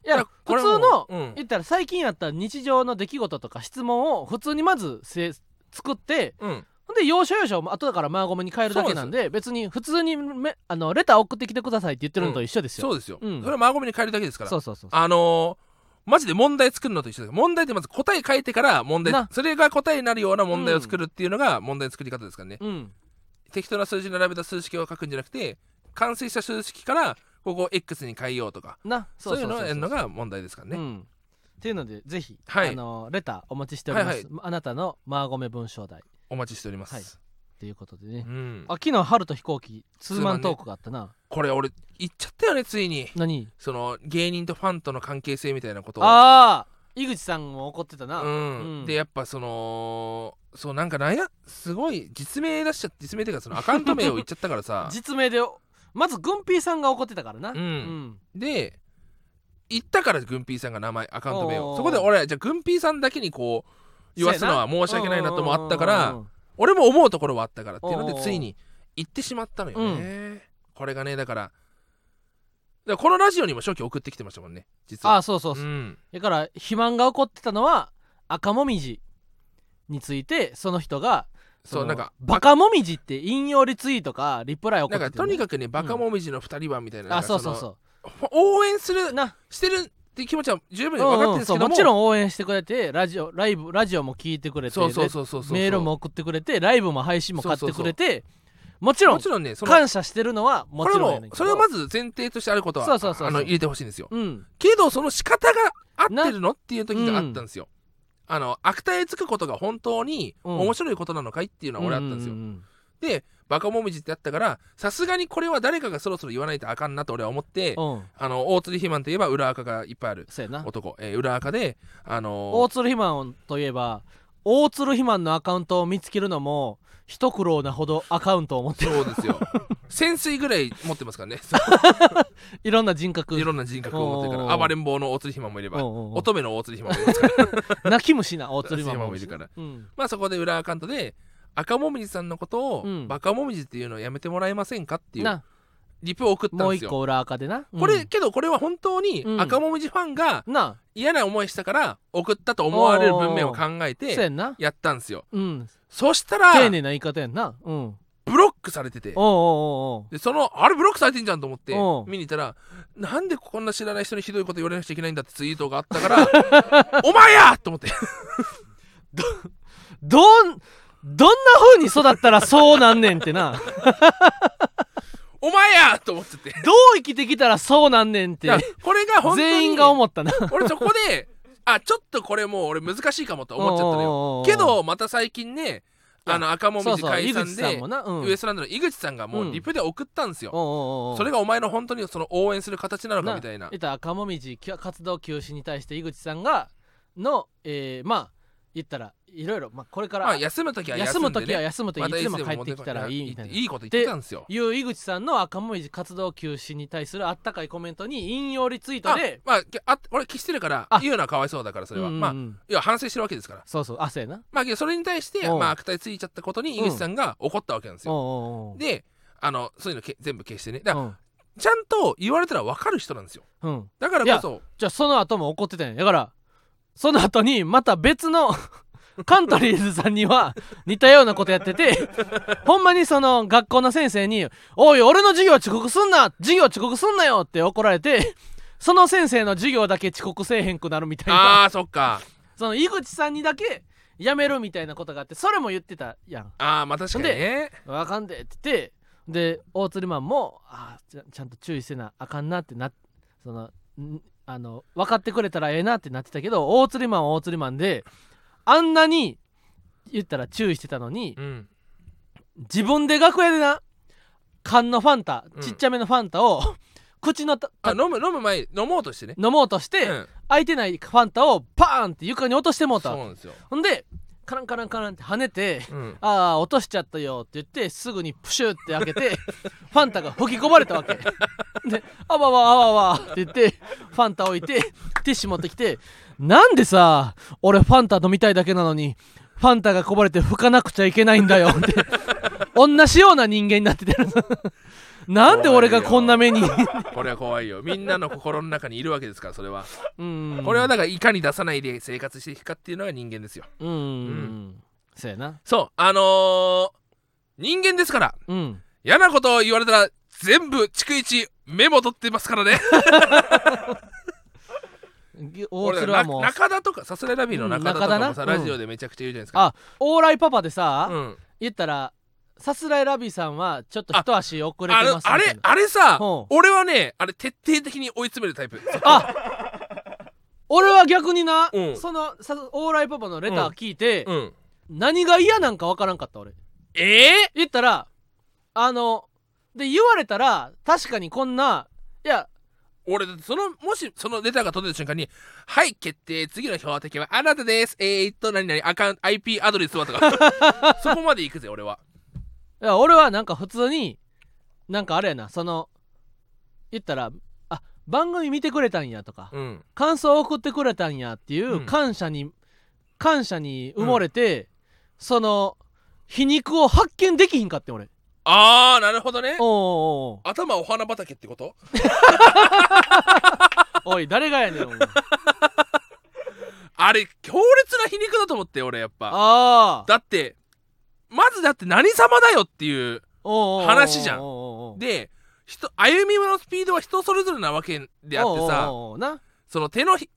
[SPEAKER 1] いや
[SPEAKER 2] だからこ
[SPEAKER 1] 普
[SPEAKER 2] れも
[SPEAKER 1] 通の、
[SPEAKER 2] うん
[SPEAKER 1] 言ったら最近やったら日常の出来事とか質問を普通にまずせ作って
[SPEAKER 2] うん、
[SPEAKER 1] ほんで要所要所後だからマーゴメに変えるだけなんで別に普通にめあのレター送ってきてくださいって言ってるのと一緒ですよ、
[SPEAKER 2] そうですよ。
[SPEAKER 1] うん
[SPEAKER 2] それはマーゴメに変えるだけですから。
[SPEAKER 1] そうそうそう
[SPEAKER 2] あのーマジで問題作るのと一緒です問題ってまず答え書いてから問題
[SPEAKER 1] な
[SPEAKER 2] それが答えになるような問題を作るっていうのが問題の作り方ですからね、
[SPEAKER 1] うん
[SPEAKER 2] 適当な数字並べた数式を書くんじゃなくて完成した数式からここを X に変えようとか
[SPEAKER 1] な
[SPEAKER 2] そういうのをやるの
[SPEAKER 1] が
[SPEAKER 2] が問題ですから
[SPEAKER 1] う
[SPEAKER 2] ね、
[SPEAKER 1] んっていうのでぜひ、
[SPEAKER 2] はい
[SPEAKER 1] あのレターお待ちしております、
[SPEAKER 2] はいは
[SPEAKER 1] あなたのマーゴメ文章題
[SPEAKER 2] お待ちしております、
[SPEAKER 1] はいっていうことでね、
[SPEAKER 2] うん
[SPEAKER 1] あ、昨日春と飛行機ツーマン
[SPEAKER 2] ツーマン
[SPEAKER 1] ト
[SPEAKER 2] ね
[SPEAKER 1] ークがあったな、
[SPEAKER 2] これ俺言っちゃったよねついに
[SPEAKER 1] 何
[SPEAKER 2] その芸人とファンとの関係性みたいなことを
[SPEAKER 1] ああ井口さんも怒ってたな、
[SPEAKER 2] うん
[SPEAKER 1] うん
[SPEAKER 2] でやっぱそのそうなんかなんやすごい実名出しちゃって実名っていうかそのアカウント名を言っちゃったか らさ
[SPEAKER 1] 実名でまずグンピーさんが怒ってたからな
[SPEAKER 2] うんで行ったからグンピーさんが名前アカウント名
[SPEAKER 1] おー
[SPEAKER 2] をそこで俺じゃあグンピーさんだけにこう言わすのは申し訳ないなともあったか
[SPEAKER 1] うんう
[SPEAKER 2] ら
[SPEAKER 1] ん
[SPEAKER 2] 俺も思うところはあったからっていうの
[SPEAKER 1] おー
[SPEAKER 2] でついに行ってしまったのよね、これがねだからだからこのラジオにも初期送ってきてましたもんね実
[SPEAKER 1] あ
[SPEAKER 2] は
[SPEAKER 1] あそうそうそう、
[SPEAKER 2] ん、
[SPEAKER 1] だから肥満が怒ってたのは赤もみじについてその人が
[SPEAKER 2] そうなんか
[SPEAKER 1] バカもみじって引用リツイートかリプライを
[SPEAKER 2] なんかとにかくねバ
[SPEAKER 1] う
[SPEAKER 2] カ
[SPEAKER 1] ん
[SPEAKER 2] もみじの2人はみたいな,、
[SPEAKER 1] あそうそうそう
[SPEAKER 2] 応援する
[SPEAKER 1] な
[SPEAKER 2] してるって気持ちは十
[SPEAKER 1] う
[SPEAKER 2] 分
[SPEAKER 1] ん
[SPEAKER 2] に分かって
[SPEAKER 1] う
[SPEAKER 2] るん
[SPEAKER 1] ん
[SPEAKER 2] です
[SPEAKER 1] そ
[SPEAKER 2] け
[SPEAKER 1] う
[SPEAKER 2] ども、
[SPEAKER 1] もちろん応援してくれてラジオライブラジオも聞いてくれて
[SPEAKER 2] そうそうそうそうそう
[SPEAKER 1] メールも送ってくれてライブも配信も買ってくれてもちろ
[SPEAKER 2] も
[SPEAKER 1] ん
[SPEAKER 2] ちろんねその
[SPEAKER 1] 感謝してるのはも
[SPEAKER 2] これ
[SPEAKER 1] ちろんや
[SPEAKER 2] も
[SPEAKER 1] ねんけど
[SPEAKER 2] それをまず前提としてあることは
[SPEAKER 1] そうそうそうそう
[SPEAKER 2] あの入れてほしいんですよ
[SPEAKER 1] うん
[SPEAKER 2] けどその仕方が合ってるのっていう時があったんですよ、あの悪態つくことが本当に
[SPEAKER 1] うん
[SPEAKER 2] 面白いことなのかいっていうのは俺あったんですよ、
[SPEAKER 1] う
[SPEAKER 2] でバカもみじってあったからさすがにこれは誰かがそろそろ言わないとあかんなと俺は思って、
[SPEAKER 1] うんうん
[SPEAKER 2] あの大鶴ひまんといえば裏垢がいっぱいある
[SPEAKER 1] そうやな
[SPEAKER 2] 男、えー裏垢であのー
[SPEAKER 1] 大鶴肥満といえば大鶴肥満のアカウントを見つけるのも一苦労なほどアカウントを持って
[SPEAKER 2] そうです よ潜水ぐらい持ってますからね
[SPEAKER 1] いろんな人格
[SPEAKER 2] いろんな人格を持ってるから
[SPEAKER 1] おー
[SPEAKER 2] 暴れん坊の大釣り暇もいれば
[SPEAKER 1] おうおうおう
[SPEAKER 2] 乙女の大釣り暇もいますから
[SPEAKER 1] 泣き虫な大釣りマン
[SPEAKER 2] 大釣りマンもいるか
[SPEAKER 1] う
[SPEAKER 2] ら
[SPEAKER 1] ん
[SPEAKER 2] まあそこで裏アカウントで赤もみじさんのことを、
[SPEAKER 1] うん
[SPEAKER 2] バカもみじっていうのをやめてもらえませんかっていう
[SPEAKER 1] な
[SPEAKER 2] リプを送ったん
[SPEAKER 1] もう
[SPEAKER 2] で
[SPEAKER 1] 一
[SPEAKER 2] すよ
[SPEAKER 1] 個裏垢でな、うん
[SPEAKER 2] これけどこれは本当に
[SPEAKER 1] うん
[SPEAKER 2] 赤もみじファンが
[SPEAKER 1] な
[SPEAKER 2] 嫌な思いしたから送ったと思われる文面を考え
[SPEAKER 1] そうや
[SPEAKER 2] て
[SPEAKER 1] んな
[SPEAKER 2] やったんですよ
[SPEAKER 1] うん
[SPEAKER 2] そしたら
[SPEAKER 1] 丁寧な言い方やんなうんおう
[SPEAKER 2] ブロックされてて
[SPEAKER 1] おうおうおう
[SPEAKER 2] でそのあれブロックされてんじゃんと思って
[SPEAKER 1] おう
[SPEAKER 2] 見に行ったらなんでこんな知らない人にひどいこと言われなくちゃいけないんだってツイートがあったから お前やと思って
[SPEAKER 1] どんどんな風に育ったらそうなんねんって な
[SPEAKER 2] お前やと思ってて
[SPEAKER 1] どう生きてきたらそうなんねんっ
[SPEAKER 2] い
[SPEAKER 1] て
[SPEAKER 2] やこれが本当に
[SPEAKER 1] 全員が思ったな
[SPEAKER 2] 俺そこであちょっとこれもう俺難しいかもと思っちゃったの
[SPEAKER 1] よ
[SPEAKER 2] よけどまた最近ねあの赤もみ
[SPEAKER 1] そう
[SPEAKER 2] じ
[SPEAKER 1] そう
[SPEAKER 2] 解
[SPEAKER 1] 井口
[SPEAKER 2] 散
[SPEAKER 1] さん
[SPEAKER 2] で
[SPEAKER 1] もな、うん、
[SPEAKER 2] ウエストランドの井口さんがもうリプで送ったんですよ
[SPEAKER 1] おうおうおう
[SPEAKER 2] それがお前の本当にその応援する形なのかみたいな
[SPEAKER 1] 言ったら赤もみじきょ活動休止に対して井口さんがの、えー、まあ言ったらいろいろ、まあ、これか
[SPEAKER 2] まあ
[SPEAKER 1] ら
[SPEAKER 2] 休む時は休
[SPEAKER 1] 休
[SPEAKER 2] む
[SPEAKER 1] む
[SPEAKER 2] んで
[SPEAKER 1] 時は
[SPEAKER 2] ね
[SPEAKER 1] 休むとい
[SPEAKER 2] また
[SPEAKER 1] つ
[SPEAKER 2] い
[SPEAKER 1] で
[SPEAKER 2] つ
[SPEAKER 1] も
[SPEAKER 2] で
[SPEAKER 1] 帰
[SPEAKER 2] も
[SPEAKER 1] ってきたらいいみたいない
[SPEAKER 2] いこと言ってたんですよ
[SPEAKER 1] いう井口さんの赤もみじ活動休止に対するあったかいコメントに引用リツイート
[SPEAKER 2] あ
[SPEAKER 1] で
[SPEAKER 2] まあきあ俺消してるから
[SPEAKER 1] あ
[SPEAKER 2] 言うのはかわいそうだからそれは
[SPEAKER 1] うん
[SPEAKER 2] まあ
[SPEAKER 1] うん
[SPEAKER 2] いや反省してるわけですから
[SPEAKER 1] そうそうあそうやな
[SPEAKER 2] まあけどそれに対して
[SPEAKER 1] うん
[SPEAKER 2] まあ悪態ついちゃったことに井口さんが怒ったわけなんですよ
[SPEAKER 1] おうおうおう
[SPEAKER 2] であのそういうのけ全部消してねだ
[SPEAKER 1] う
[SPEAKER 2] から
[SPEAKER 1] ん
[SPEAKER 2] ちゃんと言われたら分かる人なんですよ
[SPEAKER 1] うん、
[SPEAKER 2] だからこそ
[SPEAKER 1] じゃあその後も怒ってたんやだからその後にまた別の カントリーズさんには似たようなことやっててほんまにその学校の先生に「おい俺の授業遅刻すんな授業遅刻すんなよ」って怒られてその先生の授業だけ遅刻せえへんくなるみたいな
[SPEAKER 2] ああーそっか
[SPEAKER 1] その井口さんにだけやめるみたいなことがあってそれも言ってたやん
[SPEAKER 2] ああまあ確かにね
[SPEAKER 1] 「わかんで」って言ってで大釣りマンも「あーちゃちゃんと注意せなあかんな」ってなそのんあの分かってくれたらええなってなってたけど大釣りマンは大釣りマンであんなに言ったら注意してたのに
[SPEAKER 2] うん
[SPEAKER 1] 自分で楽屋でな缶のファンタ
[SPEAKER 2] うん
[SPEAKER 1] ちっちゃめのファンタを、口のた
[SPEAKER 2] あ
[SPEAKER 1] た
[SPEAKER 2] 飲む飲む前飲もうとしてね
[SPEAKER 1] 飲もうとして、
[SPEAKER 2] うん
[SPEAKER 1] 空いてないファンタをパーンって床に落としてもうた
[SPEAKER 2] そう
[SPEAKER 1] わけ
[SPEAKER 2] なんですよ
[SPEAKER 1] ほんでカランカランカランって跳ねて。
[SPEAKER 2] うん
[SPEAKER 1] ああ落としちゃったよって言ってすぐにプシュって開けて ファンタが吹き込まれたわ けで「あわわあわわ」って言ってファンタ置いてティッシュ持ってきて「なんでさ俺ファンタ飲みたいだけなのにファンタがこぼれて吹かなくちゃいけないんだよ」 って同じような人間になっててなんで俺がこんな目に
[SPEAKER 2] これは怖いよみんなの心の中にいるわけですからそれは
[SPEAKER 1] うん
[SPEAKER 2] これはだからいかに出さないで生活していくかっていうのが人間ですよ
[SPEAKER 1] うん、
[SPEAKER 2] ん
[SPEAKER 1] そうやな
[SPEAKER 2] そうあのー、人間ですから
[SPEAKER 1] うん
[SPEAKER 2] 嫌なことを言われたら全部逐一メモ取ってますか らね
[SPEAKER 1] 大
[SPEAKER 2] 俺
[SPEAKER 1] 鶴
[SPEAKER 2] な
[SPEAKER 1] はもう
[SPEAKER 2] 中田とかさすらいラビーの中田とかもさ、
[SPEAKER 1] うん中田な
[SPEAKER 2] ラジオでめちゃくちゃ言うじゃないですか
[SPEAKER 1] あオーライパパでさ、
[SPEAKER 2] うん、
[SPEAKER 1] 言ったらさすらいラビーさんはちょっと一足遅れて
[SPEAKER 2] あれ
[SPEAKER 1] ますみた
[SPEAKER 2] あ
[SPEAKER 1] いな
[SPEAKER 2] れあれさ
[SPEAKER 1] ほう
[SPEAKER 2] 俺はねあれ徹底的に追い詰めるタ イプ
[SPEAKER 1] あ俺は逆にな、
[SPEAKER 2] うん
[SPEAKER 1] そのさオーライパパのレター聞いて、
[SPEAKER 2] うん
[SPEAKER 1] 何が嫌なんかわからんかった俺
[SPEAKER 2] ええ
[SPEAKER 1] 言ったらあので言われたら確かにこんないや
[SPEAKER 2] 俺だってそのもしそのレターが届いた瞬間に「はい決定次の標的はあなたですえー、っと何々アカウン IP アドレスは」とか そこまで行くぜ俺はい
[SPEAKER 1] や俺はなんか普通になんかあれやなその言ったらあ番組見てくれたんやとか、
[SPEAKER 2] うん
[SPEAKER 1] 感想を送ってくれたんやっていう
[SPEAKER 2] うん
[SPEAKER 1] 感謝に、感謝に埋もれて、その皮肉を発見できひんかってん俺
[SPEAKER 2] ああなるほどね
[SPEAKER 1] おうおう
[SPEAKER 2] 頭お花畑ってこと
[SPEAKER 1] おうおい誰がやねんお 前
[SPEAKER 2] あれ強烈な皮肉だと思って俺やっぱ
[SPEAKER 1] ああ
[SPEAKER 2] だってまずだって何様だよっていう
[SPEAKER 1] おうおうおうおう
[SPEAKER 2] 話じゃん
[SPEAKER 1] おうおうおう
[SPEAKER 2] で人歩みのスピードは人それぞれなわけであってさ
[SPEAKER 1] おうおうおうおうな
[SPEAKER 2] その手のひ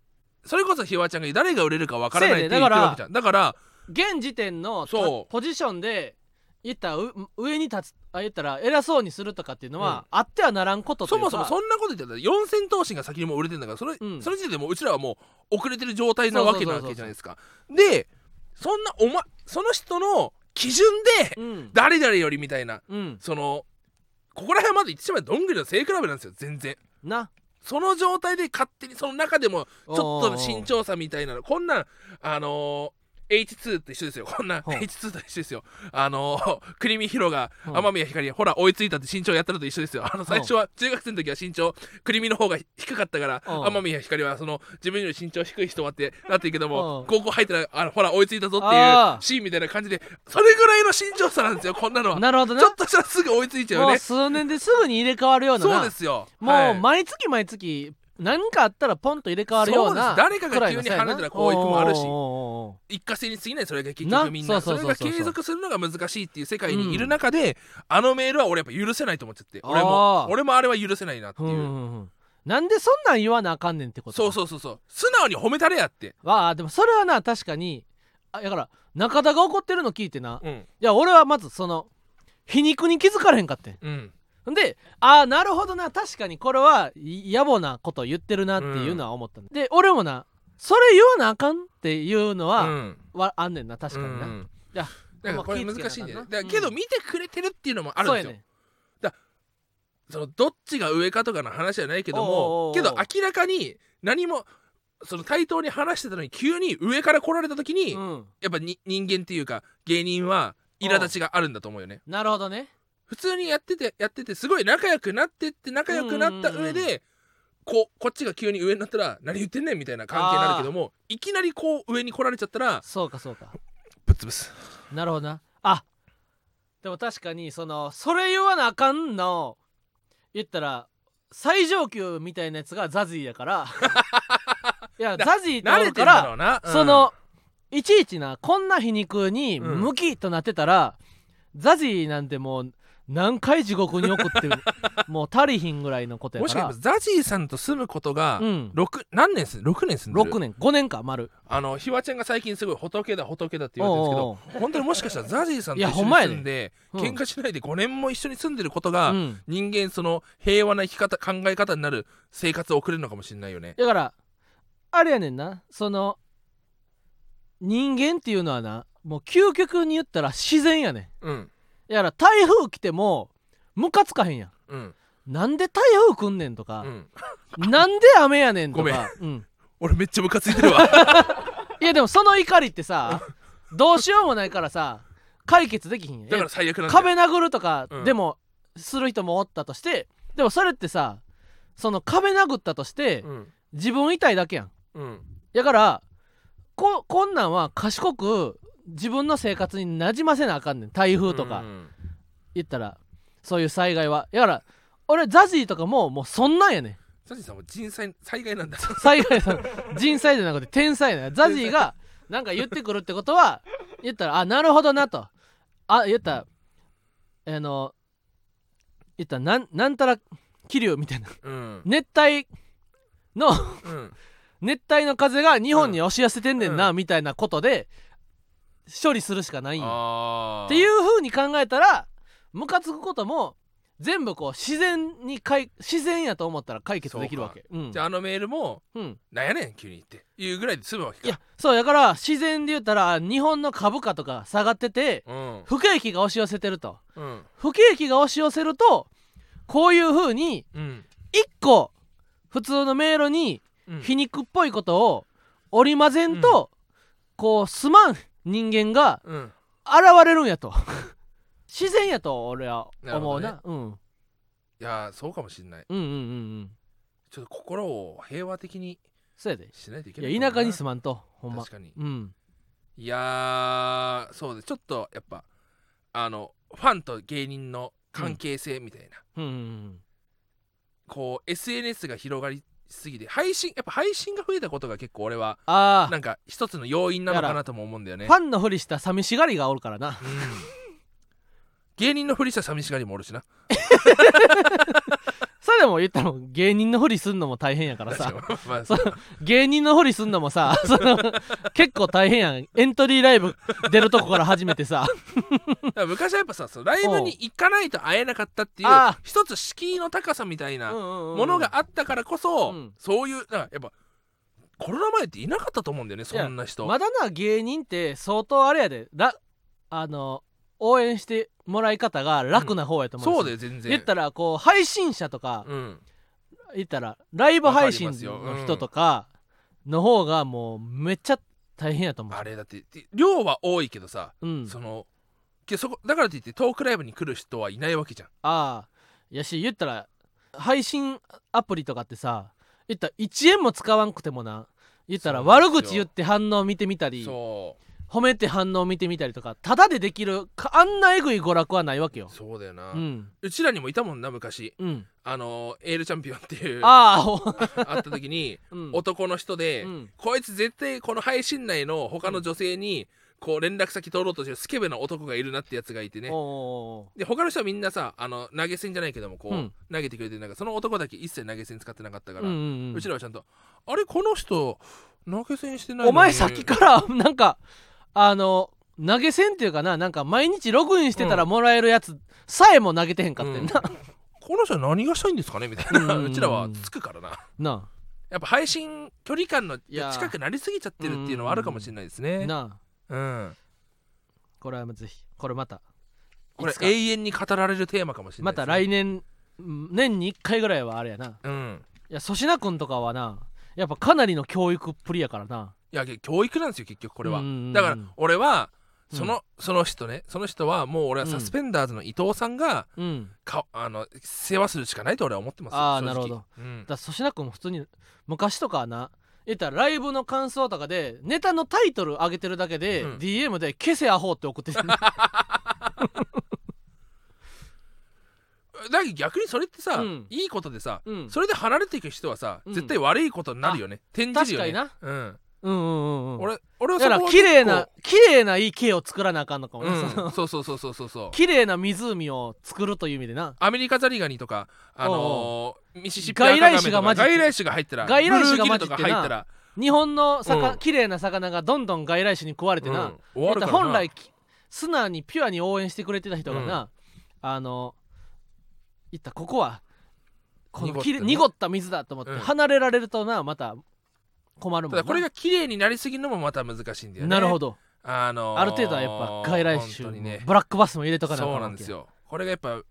[SPEAKER 2] それこそひわちゃんが誰が売れるかわからないって言
[SPEAKER 1] せ
[SPEAKER 2] っ
[SPEAKER 1] やで
[SPEAKER 2] てるわけじゃんだから
[SPEAKER 1] 現時点のた
[SPEAKER 2] そう
[SPEAKER 1] ポジションで言ったらう上に立つあ言ったら偉そうにするとかっていうのは、あってはならんことと
[SPEAKER 2] そ
[SPEAKER 1] いう
[SPEAKER 2] も
[SPEAKER 1] か
[SPEAKER 2] そもそんなこと言ってたら四千頭身が先にもう売れてんだからそれ,、
[SPEAKER 1] うん
[SPEAKER 2] それ時点でもううちらはもう遅れてる状態なわけなわけじゃないですかでそんなおまその人の基準で
[SPEAKER 1] うん
[SPEAKER 2] 誰々よりみたいな
[SPEAKER 1] うん
[SPEAKER 2] そのここら辺まで言ってしまえばどんぐりの背比べなんですよ全然
[SPEAKER 1] な
[SPEAKER 2] その状態で勝手にその中でもちょっとの慎重さみたいなのこんなんあのー H2 と一緒ですよこんな
[SPEAKER 1] ほう
[SPEAKER 2] H2 と一緒ですよあの 国見広が
[SPEAKER 1] ほう
[SPEAKER 2] 天宮光ほら追いついたって身長やったのと一緒ですよあの最初は中学生の時は身長国見の方が低かったから
[SPEAKER 1] うん
[SPEAKER 2] 天宮光はその自分より身長低い人はってなってるけど
[SPEAKER 1] うん
[SPEAKER 2] も高校入ったらあのほら追いついたぞっていう
[SPEAKER 1] あー
[SPEAKER 2] シーンみたいな感じでそれぐらいの身長差なんですよこんなのは
[SPEAKER 1] なるほどな
[SPEAKER 2] ちょっとしたらすぐ追いついちゃうよ
[SPEAKER 1] もう
[SPEAKER 2] ね
[SPEAKER 1] 数年ですぐに入れ替わるようなな
[SPEAKER 2] そうですよ
[SPEAKER 1] も
[SPEAKER 2] は
[SPEAKER 1] う
[SPEAKER 2] い
[SPEAKER 1] 毎月毎月何かあったらポンと入れ替わるような
[SPEAKER 2] そうです誰かが急
[SPEAKER 1] く
[SPEAKER 2] に
[SPEAKER 1] らいのさやな
[SPEAKER 2] 離れたらこう行くもあるし
[SPEAKER 1] おうおうおうおう
[SPEAKER 2] 一過性に過ぎないそれが結
[SPEAKER 1] な
[SPEAKER 2] 局みんな
[SPEAKER 1] そ
[SPEAKER 2] そうれ
[SPEAKER 1] そうそうそう
[SPEAKER 2] が継続するのが難しいっていう世界にいる中で、あのメールは俺やっぱ許せないと思っちゃって俺
[SPEAKER 1] あ
[SPEAKER 2] も
[SPEAKER 1] ー
[SPEAKER 2] 俺もあれは許せないなって
[SPEAKER 1] う
[SPEAKER 2] い
[SPEAKER 1] ん
[SPEAKER 2] う、
[SPEAKER 1] うんうんなんでそんなん言わなあかんねんってこと
[SPEAKER 2] そうそうそうそう素直に褒めたれやって、
[SPEAKER 1] わあでもそれはな確かにあだから中田が怒ってるの聞いてな、い
[SPEAKER 2] うん
[SPEAKER 1] や俺はまずその皮肉に気づかれへんかってん
[SPEAKER 2] うん、
[SPEAKER 1] ほんでああなるほどな確かにこれはい野暮なこと言ってるなっていうのは思ったんだ、で俺もなそれ言わなあかんっていうの
[SPEAKER 2] う
[SPEAKER 1] は、
[SPEAKER 2] ん
[SPEAKER 1] はあんねんな確かにな、
[SPEAKER 2] うん
[SPEAKER 1] いや
[SPEAKER 2] だからこれ難しいんだよ
[SPEAKER 1] まあ気ぃつけなあかんな
[SPEAKER 2] ねだからけど
[SPEAKER 1] うん
[SPEAKER 2] 見てくれてるっていうのもあるんです
[SPEAKER 1] そ
[SPEAKER 2] よ、
[SPEAKER 1] うやね
[SPEAKER 2] そのどっちが上かとかの話じゃないけど
[SPEAKER 1] おうおうおう
[SPEAKER 2] もけど明らかに何もその対等に話してたのに急に上から来られた時に、
[SPEAKER 1] うん
[SPEAKER 2] やっぱに人間っていうか芸人は苛立ちがあるんだと思うよね
[SPEAKER 1] なるほどね
[SPEAKER 2] 普通にやっててやっててすごい仲良くなってって仲良くなった上
[SPEAKER 1] うんう
[SPEAKER 2] でこうこっちが急に上になったら「何言ってんねん」みたいな関係になるけどもいきなりこう上に来られちゃったら
[SPEAKER 1] そうかそうか
[SPEAKER 2] ぶっ潰す
[SPEAKER 1] なるほどなあでも確かにそのそれ言わなあかんの言ったら最上級みたいなやつがザジーやから いや
[SPEAKER 2] だ
[SPEAKER 1] ザジーってお
[SPEAKER 2] 慣
[SPEAKER 1] る
[SPEAKER 2] れて
[SPEAKER 1] か
[SPEAKER 2] んだろ
[SPEAKER 1] ら
[SPEAKER 2] うな、うん
[SPEAKER 1] そのいちいちなこんな皮肉に
[SPEAKER 2] うん
[SPEAKER 1] ムキッとなってたら、ザジーなんてもう何回地獄に送って るもう足りひんぐらいのことや
[SPEAKER 2] も
[SPEAKER 1] か
[SPEAKER 2] しかした
[SPEAKER 1] ら
[SPEAKER 2] らザジーさんと住むことが
[SPEAKER 1] うん
[SPEAKER 2] 六何年す6年住んでる
[SPEAKER 1] 6年5年か丸
[SPEAKER 2] あのひわちゃんが最近すごい仏だ仏だって言われてるんですけど本当にもしかしたらザジーさんと一
[SPEAKER 1] いやほ
[SPEAKER 2] 緒
[SPEAKER 1] ん
[SPEAKER 2] に
[SPEAKER 1] まやね
[SPEAKER 2] 住んで
[SPEAKER 1] うん
[SPEAKER 2] 喧嘩しないで5年も一緒に住んでることが、
[SPEAKER 1] うん
[SPEAKER 2] 人間その平和な生き方考え方になる生活を送れるのかもしれないよね。
[SPEAKER 1] だからあれやねんなその人間っていうのはなもう究極に言ったら自然やね
[SPEAKER 2] うん、
[SPEAKER 1] んだから台風来てもムカつかへんやん
[SPEAKER 2] うん、
[SPEAKER 1] なんで台風来んねんと
[SPEAKER 2] う
[SPEAKER 1] か、
[SPEAKER 2] ん
[SPEAKER 1] なんで雨やねんと
[SPEAKER 2] ごめん
[SPEAKER 1] かうん
[SPEAKER 2] 俺めっちゃムカついて るわ
[SPEAKER 1] いやでもその怒りって さどうしようもないからさ解決できひんやん
[SPEAKER 2] だから最悪なんだよ
[SPEAKER 1] 壁殴るとか
[SPEAKER 2] うん
[SPEAKER 1] でもする人もおったとして、でもそれってさその壁殴ったとして
[SPEAKER 2] うん
[SPEAKER 1] 自分痛いだけやん
[SPEAKER 2] うん
[SPEAKER 1] だからここんなんは賢く自分の生活に馴染ませなあかんねん台風とか
[SPEAKER 2] うん
[SPEAKER 1] 言ったら、そういう災害はだから俺ザジーとかももうそんなんやねん
[SPEAKER 2] ザジさんは人災災 害なんだ
[SPEAKER 1] 災害 その人災じゃなくて天災なんやザジーがなんか言ってくるってことは言ったらあなるほどなとあ言ったらあの言ったらなんなんたら気流みたいな
[SPEAKER 2] うん
[SPEAKER 1] 熱帯の
[SPEAKER 2] うん
[SPEAKER 1] 熱帯の風が日本に押し寄せてんねんな、
[SPEAKER 2] う
[SPEAKER 1] みたいなことで処理するしかないんよ
[SPEAKER 2] あー
[SPEAKER 1] っていう風に考えたらムカつくことも全部こう自然にかい自然やと思ったら解決できるわけうん
[SPEAKER 2] じゃああのメールも
[SPEAKER 1] うん
[SPEAKER 2] なんやねん急にっていうぐらいで済むわけか
[SPEAKER 1] いやそうだから自然で言ったら日本の株価とか下がってて
[SPEAKER 2] うん
[SPEAKER 1] 不景気が押し寄せてると
[SPEAKER 2] うん
[SPEAKER 1] 不景気が押し寄せるとこういう風に
[SPEAKER 2] うん
[SPEAKER 1] 一個普通の迷路に
[SPEAKER 2] うん
[SPEAKER 1] 皮肉っぽいことを織り交ぜんと、こうすまん人間が
[SPEAKER 2] うん
[SPEAKER 1] 現れるんやと 自然やと俺は思うな
[SPEAKER 2] なる
[SPEAKER 1] うん、うん
[SPEAKER 2] いやーそうかもしれない
[SPEAKER 1] うんうんうん
[SPEAKER 2] ちょっと心を平和的に
[SPEAKER 1] そうやで
[SPEAKER 2] しないといけない
[SPEAKER 1] いや田舎に住
[SPEAKER 2] む
[SPEAKER 1] まんとほんま
[SPEAKER 2] 確かに
[SPEAKER 1] うん
[SPEAKER 2] いやーそうですちょっとやっぱあのファンと芸人の関係性みたいな、
[SPEAKER 1] うんうんうん
[SPEAKER 2] こう SNS が広がりすぎて配信やっぱ配信が増えたことが結構俺は
[SPEAKER 1] ああ、
[SPEAKER 2] なんか一つの要因なのかなとも思うんだよね
[SPEAKER 1] ファンのふりした寂しがりがおるからな
[SPEAKER 2] うん芸人のふりした寂しがりもおるしな
[SPEAKER 1] それでも言ったら芸人のふりすんのも大変やからさ
[SPEAKER 2] まあ
[SPEAKER 1] その芸人のふりすんのもさ その結構大変やんエントリーライブ出るとこから始めてさ
[SPEAKER 2] だから昔はやっぱさそのライブに行かないと会えなかったっていう
[SPEAKER 1] ああ
[SPEAKER 2] 一つ敷居の高さみたい なも
[SPEAKER 1] も
[SPEAKER 2] のがあったからこそ、
[SPEAKER 1] うん
[SPEAKER 2] そういうだからやっぱコロナ前っていなかったと思うんだよねそんな人、
[SPEAKER 1] まだな芸人って相当あれやでらあの応援してもらい方が楽な方やと思う、
[SPEAKER 2] そうだ
[SPEAKER 1] す
[SPEAKER 2] よ全然
[SPEAKER 1] 言ったらこう配信者とか、
[SPEAKER 2] うん
[SPEAKER 1] 言ったらライブ配信
[SPEAKER 2] わかりますよう
[SPEAKER 1] の
[SPEAKER 2] ん
[SPEAKER 1] 人とかの方がもうめっちゃ大変やと思う
[SPEAKER 2] あれだって量は多いけどさ、
[SPEAKER 1] うん
[SPEAKER 2] そのけそこだからといってトークライブに来る人はいないわけじゃん
[SPEAKER 1] ああやし言ったら配信アプリとかってさ言ったら1円も使わんくてもな言ったら
[SPEAKER 2] そうなん
[SPEAKER 1] 悪
[SPEAKER 2] ですよ
[SPEAKER 1] 口言って反応見てみたり
[SPEAKER 2] そう
[SPEAKER 1] 褒めて反応見てみたりとかただでできるかあんなえぐい娯楽はないわけよ
[SPEAKER 2] そうだよな、
[SPEAKER 1] う
[SPEAKER 2] うんちらにもいたもんな昔
[SPEAKER 1] うん
[SPEAKER 2] あのエールチャンピオンっていう
[SPEAKER 1] あ
[SPEAKER 2] あ
[SPEAKER 1] あ お
[SPEAKER 2] った時に
[SPEAKER 1] うん
[SPEAKER 2] 男の人で、
[SPEAKER 1] うん
[SPEAKER 2] こいつ絶対この配信内の他の女性にこう連絡先取ろうとしてるスケベな男がいるなってやつがいてね
[SPEAKER 1] お
[SPEAKER 2] で他の人はみんなさあの投げ銭じゃないけどもこう、
[SPEAKER 1] うん
[SPEAKER 2] 投げてくれてる中その男だけ一切投げ銭使ってなかったか
[SPEAKER 1] ー
[SPEAKER 2] ら、
[SPEAKER 1] う
[SPEAKER 2] うん
[SPEAKER 1] うんうん
[SPEAKER 2] ちらはちゃんと「あれこの人投げ銭してないのに
[SPEAKER 1] お前さっきから なんかあの投げ銭っていうかななんか毎日ログインしてたらもらえるやつさえも投げてへんかってんな、
[SPEAKER 2] この人は何がしたいんですかね?」みたいな、
[SPEAKER 1] う
[SPEAKER 2] うんちらはつくからな
[SPEAKER 1] な
[SPEAKER 2] やっぱ配信距離感の
[SPEAKER 1] いやー
[SPEAKER 2] 近くなりすぎちゃってるっていうのはあるかもしれないですね
[SPEAKER 1] あなあ
[SPEAKER 2] うん
[SPEAKER 1] これはぜひこれまた
[SPEAKER 2] これ
[SPEAKER 1] いつか
[SPEAKER 2] 永遠に語られるテーマかもしれな
[SPEAKER 1] ま
[SPEAKER 2] いですね
[SPEAKER 1] た来年うん年に1回ぐらいはあれやな
[SPEAKER 2] うん
[SPEAKER 1] いや粗品君とかはなやっぱかなりの教育っぷりやからない
[SPEAKER 2] やけ教育なんですよ結局これは
[SPEAKER 1] うんうんうん
[SPEAKER 2] だから俺は
[SPEAKER 1] うん
[SPEAKER 2] その、その人ねその人はもう俺は
[SPEAKER 1] うん
[SPEAKER 2] サスペンダーズの伊藤さんが
[SPEAKER 1] うん
[SPEAKER 2] かあの世話するしかないと俺は思ってますよ
[SPEAKER 1] あー
[SPEAKER 2] 正直
[SPEAKER 1] なるほど
[SPEAKER 2] うん
[SPEAKER 1] だから粗品君も普通に昔とかはな言ったらライブの感想とかでネタのタイトル上げてるだけで、
[SPEAKER 2] うん
[SPEAKER 1] DM で「消せアホ」って送ってた
[SPEAKER 2] だけど逆にそれってさ、
[SPEAKER 1] うん
[SPEAKER 2] いいことでさ、
[SPEAKER 1] うん
[SPEAKER 2] それで離れていく人はさ、
[SPEAKER 1] うん
[SPEAKER 2] 絶対悪いことになるよね転じるよね
[SPEAKER 1] 確
[SPEAKER 2] かに
[SPEAKER 1] う
[SPEAKER 2] な、
[SPEAKER 1] んうんうんう
[SPEAKER 2] うんん、俺俺は
[SPEAKER 1] だ
[SPEAKER 2] そ
[SPEAKER 1] か
[SPEAKER 2] こ
[SPEAKER 1] ら
[SPEAKER 2] は
[SPEAKER 1] 綺麗な綺
[SPEAKER 2] 結
[SPEAKER 1] 麗な EK を作らなあかんのかも
[SPEAKER 2] 構
[SPEAKER 1] ね、その
[SPEAKER 2] うん、そうそうそうそうそうそう
[SPEAKER 1] 綺麗な湖を作るという意味でな
[SPEAKER 2] アメリカザリガニとか、あのー、ミシシッピ
[SPEAKER 1] 外来種が混じ
[SPEAKER 2] マ
[SPEAKER 1] って
[SPEAKER 2] ジ外来種が入ったら
[SPEAKER 1] 外来種が
[SPEAKER 2] ブルーギル
[SPEAKER 1] 混じってな
[SPEAKER 2] とか入ったら
[SPEAKER 1] 日本の魚、
[SPEAKER 2] うん
[SPEAKER 1] 綺麗な魚がどんどん外来種に食われてな、
[SPEAKER 2] うん終わるからな
[SPEAKER 1] 本来き素直にピュアに応援してくれてた人がな、あの言ったここはこの
[SPEAKER 2] 濁っ
[SPEAKER 1] き
[SPEAKER 2] て
[SPEAKER 1] れ
[SPEAKER 2] ね
[SPEAKER 1] 濁,、った水だと思って
[SPEAKER 2] うん
[SPEAKER 1] 離れられるとなまた困るもん
[SPEAKER 2] た
[SPEAKER 1] な
[SPEAKER 2] だこれが綺麗になりすぎるのもまた難しいんだよね
[SPEAKER 1] なるほど、
[SPEAKER 2] あのー
[SPEAKER 1] ある程度はやっぱ外来種
[SPEAKER 2] 本当にね
[SPEAKER 1] ブラックバスも入れとかなあか
[SPEAKER 2] そ
[SPEAKER 1] わ
[SPEAKER 2] う
[SPEAKER 1] け
[SPEAKER 2] なんですよこれがやっぱ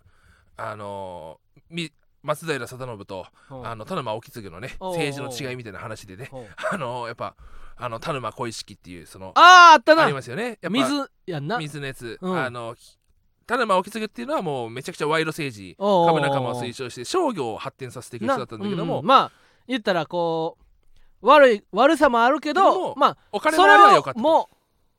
[SPEAKER 2] あのーみ松平定信と
[SPEAKER 1] ほう
[SPEAKER 2] あの田沼意次のね
[SPEAKER 1] おう
[SPEAKER 2] 政治の違いみたいな話でね
[SPEAKER 1] ほう
[SPEAKER 2] あのーやっぱあの田沼小石っていうそのあ
[SPEAKER 1] あーあったな
[SPEAKER 2] りますよねやっぱ
[SPEAKER 1] 水やんな
[SPEAKER 2] 水のやつ、
[SPEAKER 1] うん
[SPEAKER 2] あの田沼意次っていうのはもうめちゃくちゃ賄賂政治
[SPEAKER 1] おうおうおう
[SPEAKER 2] 株仲間を推奨して商業を発展させていく人だったんだけど
[SPEAKER 1] な
[SPEAKER 2] も、
[SPEAKER 1] うんうんまあ言ったらこう悪い悪さもあるけ
[SPEAKER 2] けど
[SPEAKER 1] ど
[SPEAKER 2] も
[SPEAKER 1] まあ
[SPEAKER 2] お金
[SPEAKER 1] そ
[SPEAKER 2] も
[SPEAKER 1] れ
[SPEAKER 2] あればよ
[SPEAKER 1] を
[SPEAKER 2] かった
[SPEAKER 1] も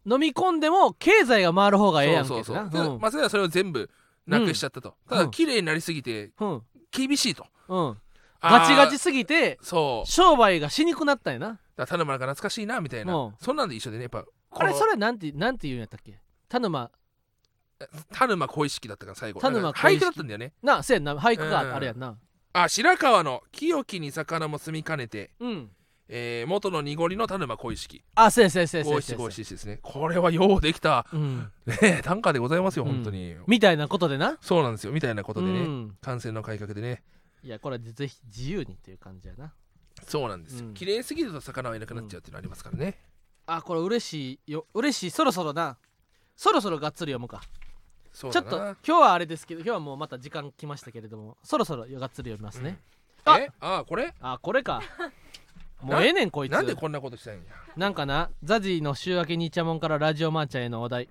[SPEAKER 1] う飲み込んでも経済が回る方がええやんけ
[SPEAKER 2] そう
[SPEAKER 1] ど
[SPEAKER 2] そうそ
[SPEAKER 1] な
[SPEAKER 2] う、で松井はそれを全部なくしちゃったと、た
[SPEAKER 1] う
[SPEAKER 2] だ
[SPEAKER 1] ん
[SPEAKER 2] 綺麗になりすぎて
[SPEAKER 1] うんうん
[SPEAKER 2] 厳しいと、
[SPEAKER 1] うん
[SPEAKER 2] あー
[SPEAKER 1] ガチガチすぎて
[SPEAKER 2] そう
[SPEAKER 1] 商売がしにくなったんやな
[SPEAKER 2] だから田沼が懐かしいなみたいな、
[SPEAKER 1] うん
[SPEAKER 2] そんなんで一緒でねやっぱこ
[SPEAKER 1] あれ
[SPEAKER 2] の
[SPEAKER 1] それなんてなんて言うんやったっけ田沼
[SPEAKER 2] 田沼小意識だったから最後
[SPEAKER 1] 田沼
[SPEAKER 2] だから
[SPEAKER 1] 小意識
[SPEAKER 2] 俳句だったんだよね
[SPEAKER 1] なせやんな俳句
[SPEAKER 2] うん
[SPEAKER 1] があれやんな
[SPEAKER 2] あ白川の清きに魚も住みかねて、
[SPEAKER 1] うん、
[SPEAKER 2] えー元の濁りの田沼小意識
[SPEAKER 1] あせやせやせやせ
[SPEAKER 2] 五
[SPEAKER 1] や
[SPEAKER 2] 七
[SPEAKER 1] せ
[SPEAKER 2] 五
[SPEAKER 1] やせ
[SPEAKER 2] 七七ですねこれはようできた、
[SPEAKER 1] やうん
[SPEAKER 2] ね、短歌でございますよ
[SPEAKER 1] うん
[SPEAKER 2] 本当に、
[SPEAKER 1] みたいなことでな
[SPEAKER 2] そうなんですよみたいなことでね、
[SPEAKER 1] うん
[SPEAKER 2] 感染の改革でね
[SPEAKER 1] いやこれはぜひ自由にっていう感じやな
[SPEAKER 2] そうなんですよ、
[SPEAKER 1] うん
[SPEAKER 2] 綺麗すぎると魚はいなくなっちゃうっていうのありますからね、
[SPEAKER 1] あこれ嬉しいよ嬉しいそろそろなそろそろがっつり読むか
[SPEAKER 2] そう
[SPEAKER 1] ちょ
[SPEAKER 2] だ
[SPEAKER 1] っ
[SPEAKER 2] な
[SPEAKER 1] と今日はあれですけど今日はもうまた時間来ましたけれどもそろそろがっつり読みますね、あ
[SPEAKER 2] えあこれ
[SPEAKER 1] あこれ かもうええねんこいつ
[SPEAKER 2] なんでこんなことしたいんや
[SPEAKER 1] なんかなザジーの週明けにいちゃもんからラジオマーチャーへのお題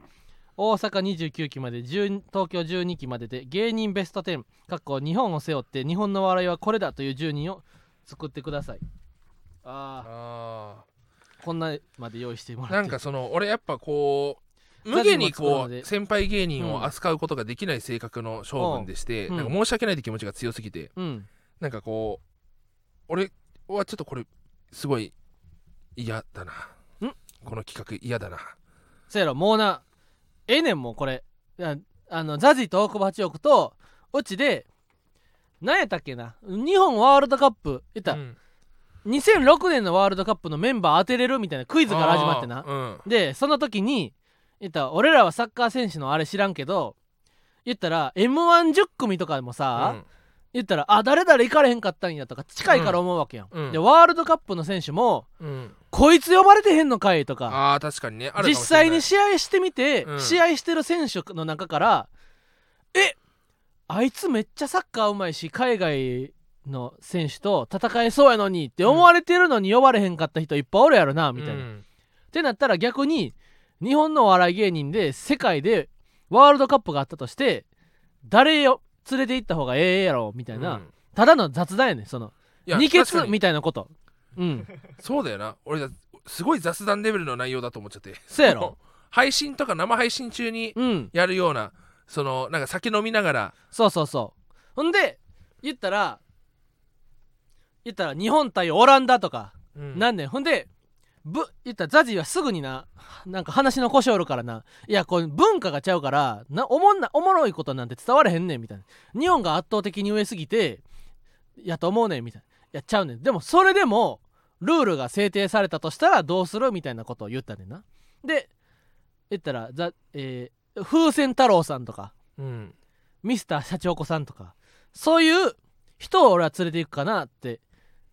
[SPEAKER 1] 大阪29期まで10東京12期までで芸人ベスト10かっこ日本を背負って日本の笑いはこれだという10人を作ってくださいあ
[SPEAKER 2] あ
[SPEAKER 1] ーこんなまで用意してもらっ
[SPEAKER 2] ー
[SPEAKER 1] て
[SPEAKER 2] なんかその俺やっぱこう
[SPEAKER 1] ザ
[SPEAKER 2] 無
[SPEAKER 1] ジ
[SPEAKER 2] 限
[SPEAKER 1] も
[SPEAKER 2] に
[SPEAKER 1] 作るの
[SPEAKER 2] こ
[SPEAKER 1] で
[SPEAKER 2] う先輩芸人を扱うことができない性格の性分でして、
[SPEAKER 1] うん
[SPEAKER 2] なんか申し訳ないって気持ちが強すぎて
[SPEAKER 1] うん
[SPEAKER 2] なんかこう俺はちょっとこれすごい嫌だなんこの企画嫌だな
[SPEAKER 1] そやろもうなええねんもうこれああのザジと大久保八億とうちで何やったっけな日本ワールドカップ言ったら、
[SPEAKER 2] うん
[SPEAKER 1] 2006年のワールドカップのメンバー当てれるみたいなクイズから始まってな
[SPEAKER 2] あ、ーうん
[SPEAKER 1] でその時に言ったら俺らはサッカー選手のあれ知らんけど言ったら m 1 1 0組とかでもさ、言ったらあ誰々行かれへんかったんやとか近いから思うわけやん、
[SPEAKER 2] うんうん
[SPEAKER 1] でワールドカップの選手も
[SPEAKER 2] うんうん
[SPEAKER 1] こいつ呼ばれてへんのかいとか
[SPEAKER 2] あー確かにねあるかもしれない
[SPEAKER 1] 実際に試合してみて、
[SPEAKER 2] うん
[SPEAKER 1] 試合してる選手の中からえあいつめっちゃサッカーうまいし海外の選手と戦えそうやのにって思われてるのに呼ばれへんかった人いっぱいおるやろなみたいな、
[SPEAKER 2] うん
[SPEAKER 1] ってなったら逆に日本のお笑い芸人で世界でワールドカップがあったとして誰を連れて行った方がええやろみたいな、
[SPEAKER 2] うん
[SPEAKER 1] ただの雑談やねんその
[SPEAKER 2] いや
[SPEAKER 1] 二
[SPEAKER 2] 確
[SPEAKER 1] 血
[SPEAKER 2] かに
[SPEAKER 1] みたいなことうん
[SPEAKER 2] そうだよな俺だすごい雑談レベルの内容だと思っちゃって
[SPEAKER 1] そうやろ
[SPEAKER 2] 配信とか生配信中に
[SPEAKER 1] うん
[SPEAKER 2] やるようなそのなんか酒飲みながら
[SPEAKER 1] そうそうそうほんで言ったら言ったら日本対オランダとか
[SPEAKER 2] うん
[SPEAKER 1] なんねんほんでぶ言ったらザジーはすぐにななんか話の腰折るからないやこれ文化がちゃうからなおもんなおもろいことなんて伝われへんねんみたいな日本が圧倒的に上すぎてやと思うねんみたいないやちゃうねんでもそれでもルールが制定されたとしたらどうするみたいなことを言ったねんなで言ったらザ、えー風船太郎さんとか
[SPEAKER 2] うん
[SPEAKER 1] ミスター社長子さんとかそういう人を俺は連れていくかなって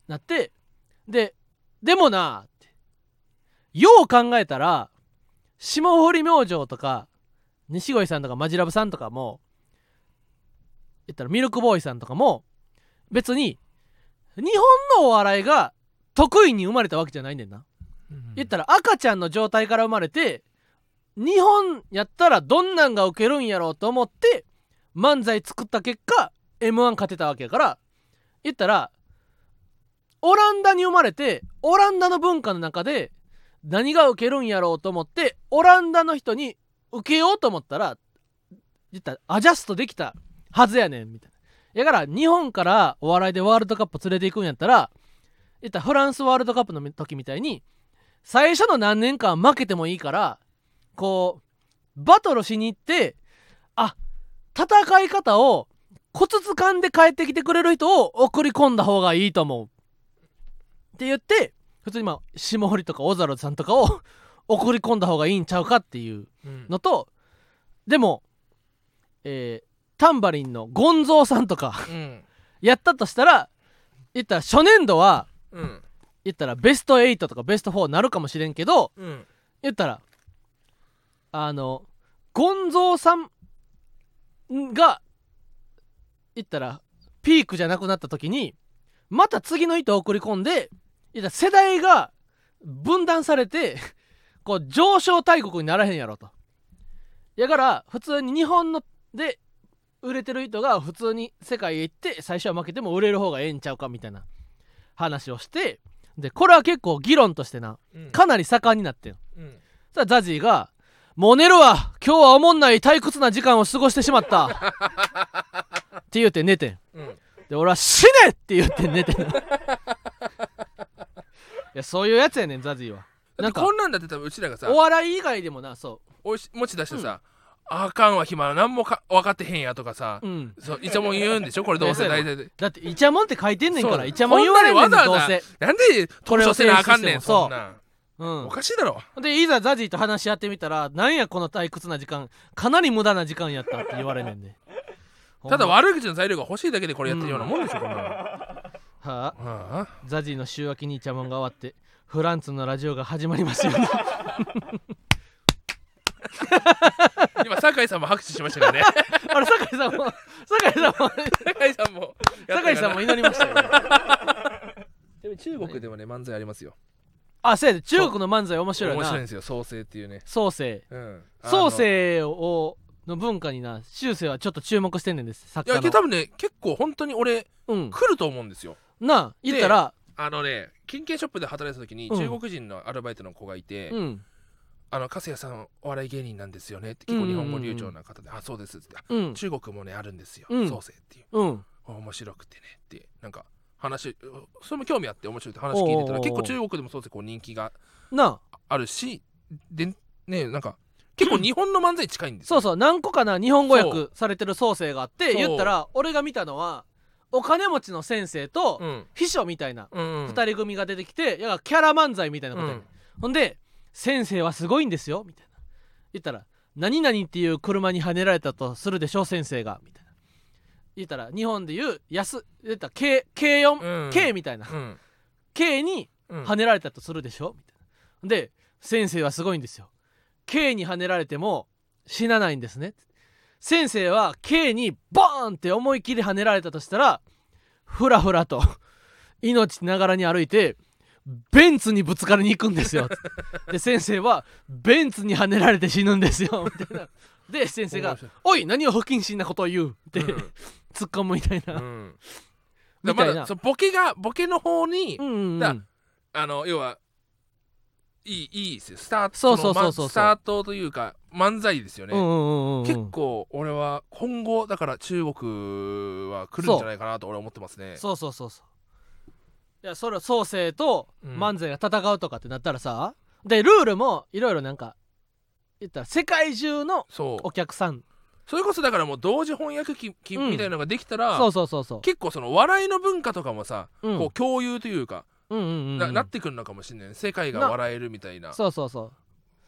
[SPEAKER 1] なってででもなってよう考えたら霜降り明星とか錦鯉さんとかマジラブさんとかも言ったらミルクボーイさんとかも別に日本のお笑いが得意に生まれたわけじゃないねんな。言ったら赤ちゃんの状態から生まれて日本やったらどんなんが受けるんやろうと思って漫才作った結果 m 1勝てたわけやから言ったらオランダに生まれてオランダの文化の中で何が受けるんやろうと思ってオランダの人に受けようと思ったら言ったらアジャストできたはずやねんみたいな。やから日本からお笑いでワールドカップ連れていくんやったら言ったらフランスワールドカップの時みたいに最初の何年間負けてもいいからこうバトルしに行ってあ戦い方をコツ掴んで帰ってきてくれる人を送り込んだ方がいいと思うって言って普通にまあ霜降りとか小猿さんとかを 送り込んだ方がいいんちゃうかっていう
[SPEAKER 2] うん
[SPEAKER 1] のとでも、えータンバリンのゴンゾーさんとか
[SPEAKER 2] うん
[SPEAKER 1] やったとしたら言ったら初年度は
[SPEAKER 2] うん
[SPEAKER 1] 言ったらベスト8とかベスト4になるかもしれんけど
[SPEAKER 2] うん
[SPEAKER 1] 言ったらあのゴンゾーさんが言ったらピークじゃなくなった時にまた次の人を送り込んで言ったら世代が分断されてこう上昇大国にならへんやろと。やから普通に日本ので売れてる人が普通に世界へ行って最初は負けても売れる方がええんちゃうかみたいな話をしてでこれは結構議論としてな
[SPEAKER 2] うん
[SPEAKER 1] かなり盛んになってん
[SPEAKER 2] う
[SPEAKER 1] そ
[SPEAKER 2] ん
[SPEAKER 1] したらザジーが「もう寝るわ今日はおもんない退屈な時間を過ごしてしまった」って言うて寝てん
[SPEAKER 2] うん
[SPEAKER 1] で俺は「死ね!」って言って寝てんいやそういうやつやねんザジーは
[SPEAKER 2] だ
[SPEAKER 1] な
[SPEAKER 2] っ
[SPEAKER 1] ん
[SPEAKER 2] て
[SPEAKER 1] か
[SPEAKER 2] こんなんだって多分うちらがさ
[SPEAKER 1] お笑い以外でもなそ
[SPEAKER 2] おいし持ち出してさあかんわ暇なんもか分かってへんやとかさ
[SPEAKER 1] ううん
[SPEAKER 2] そういちゃもん言うんでしょこ れどうせ大体で
[SPEAKER 1] だってイチャモンって書いてんねんか
[SPEAKER 2] そ
[SPEAKER 1] ら
[SPEAKER 2] う
[SPEAKER 1] イチャモン言われんねん
[SPEAKER 2] こんなに
[SPEAKER 1] どう
[SPEAKER 2] わざわざ
[SPEAKER 1] せ
[SPEAKER 2] なんで
[SPEAKER 1] これを
[SPEAKER 2] 投票せなあかんねん
[SPEAKER 1] そ
[SPEAKER 2] そ
[SPEAKER 1] うん
[SPEAKER 2] なんお
[SPEAKER 1] う
[SPEAKER 2] かしいだろ
[SPEAKER 1] んでいざザジーと話し合ってみたらなんやこの退屈な時間かなり無駄な時間やったって言われんねんで
[SPEAKER 2] ただ
[SPEAKER 1] は
[SPEAKER 2] 悪口の材料が欲しいだけでこれやってるようなもんでしょこんなの
[SPEAKER 1] あ
[SPEAKER 2] あ
[SPEAKER 1] ザジーの週明けにイチャモンが終わってフランツのラジオが始まりますよ
[SPEAKER 2] あ今酒井さんも拍手しました からね
[SPEAKER 1] あれ酒井さんも酒井さんも
[SPEAKER 2] 酒井さんもやったか
[SPEAKER 1] 酒
[SPEAKER 2] ら
[SPEAKER 1] 井さんも祈りましたよ
[SPEAKER 2] でも中国でもね漫才ありますよ
[SPEAKER 1] あそうやで中国の漫才面白い
[SPEAKER 2] 面白いん
[SPEAKER 1] な
[SPEAKER 2] ですよ創生っていうね
[SPEAKER 1] 創世
[SPEAKER 2] うん
[SPEAKER 1] 創生をの文化にな修正はちょっと注目してんねんです
[SPEAKER 2] あのい
[SPEAKER 1] 作
[SPEAKER 2] やけ
[SPEAKER 1] 家
[SPEAKER 2] ど多
[SPEAKER 1] の
[SPEAKER 2] 分ね結構本当に俺
[SPEAKER 1] うん
[SPEAKER 2] 来ると思うんですよ
[SPEAKER 1] なあ言ったら
[SPEAKER 2] あのね金券ショップで働いてた時に
[SPEAKER 1] うん
[SPEAKER 2] 中国人のアルバイトの子がいて、
[SPEAKER 1] うん
[SPEAKER 2] あの粕谷さんお笑い芸人なんですよねって
[SPEAKER 1] うん
[SPEAKER 2] 結構日本語流暢な方で、あそうですってあ
[SPEAKER 1] うん
[SPEAKER 2] 中国もねあるんですよ、
[SPEAKER 1] うん
[SPEAKER 2] 創生っていう
[SPEAKER 1] うん
[SPEAKER 2] 面白くてねってなんか話それも興味あって面白いって話聞い
[SPEAKER 1] おう
[SPEAKER 2] てた
[SPEAKER 1] おうおう
[SPEAKER 2] ら結構中国でもそうですこう人気が
[SPEAKER 1] なあ
[SPEAKER 2] あるしでねなんか結構日本の漫才近いんです
[SPEAKER 1] そう
[SPEAKER 2] よ、
[SPEAKER 1] そう何個かな日本語
[SPEAKER 2] そ
[SPEAKER 1] 訳されてる創世があって
[SPEAKER 2] そう
[SPEAKER 1] 言ったら俺が見たのはお金持ちの先生と
[SPEAKER 2] うん
[SPEAKER 1] 秘書みたいな
[SPEAKER 2] うんうん
[SPEAKER 1] 二人組が出てきてやキャラ漫才みたいなことやねんほんで「先生はすごいんですよ」みたいな言ったら「何々っていう車にはねられたとするでしょう先生が」みたいな言ったら日本でいう安言ったら軽軽音
[SPEAKER 2] うん
[SPEAKER 1] 軽みたいな
[SPEAKER 2] うん
[SPEAKER 1] 軽に
[SPEAKER 2] うん
[SPEAKER 1] はねられたとするでしょみたいなほんで「先生はすごいんですよ軽にはねられても死なないんですね」先生は軽にボーンって思い切りはねられたとしたらふらふらと命ながらに歩いてベンツにぶつかりに行くんですよで先生はベンツにはねられて死ぬんですよみたいなで先生が
[SPEAKER 2] 面白い
[SPEAKER 1] 「おい何を不謹慎なことを言う」って、
[SPEAKER 2] うん
[SPEAKER 1] 突っ込むみたいな、
[SPEAKER 2] うんだ
[SPEAKER 1] み
[SPEAKER 2] か
[SPEAKER 1] た
[SPEAKER 2] らま
[SPEAKER 1] い
[SPEAKER 2] だ
[SPEAKER 1] な
[SPEAKER 2] そのボケがボケの方に、
[SPEAKER 1] うんうんうん
[SPEAKER 2] だあの要はいいいいですよスタート
[SPEAKER 1] そうそうそうそう
[SPEAKER 2] のまスタートというか漫才ですよね、
[SPEAKER 1] うんうんうんうん
[SPEAKER 2] 結構俺は今後だから中国は来るんじゃないかなと俺は思ってますね
[SPEAKER 1] そうそうそうそういやそれは創世と
[SPEAKER 2] うん
[SPEAKER 1] 漫才が戦うとかってなったらさ、でルールもいろいろなんか言ったら世界中の
[SPEAKER 2] そう
[SPEAKER 1] お客さん
[SPEAKER 2] それこそだからもう同時翻訳機機
[SPEAKER 1] うん
[SPEAKER 2] みたいなのができたら、
[SPEAKER 1] そうそうそうそう
[SPEAKER 2] 結構その笑いの文化とかもさ、
[SPEAKER 1] うん
[SPEAKER 2] こう共有というか、
[SPEAKER 1] うんうんうん
[SPEAKER 2] な
[SPEAKER 1] うん
[SPEAKER 2] なってくるのかもしれない世界が
[SPEAKER 1] な
[SPEAKER 2] 笑えるみたいな
[SPEAKER 1] そうそうそう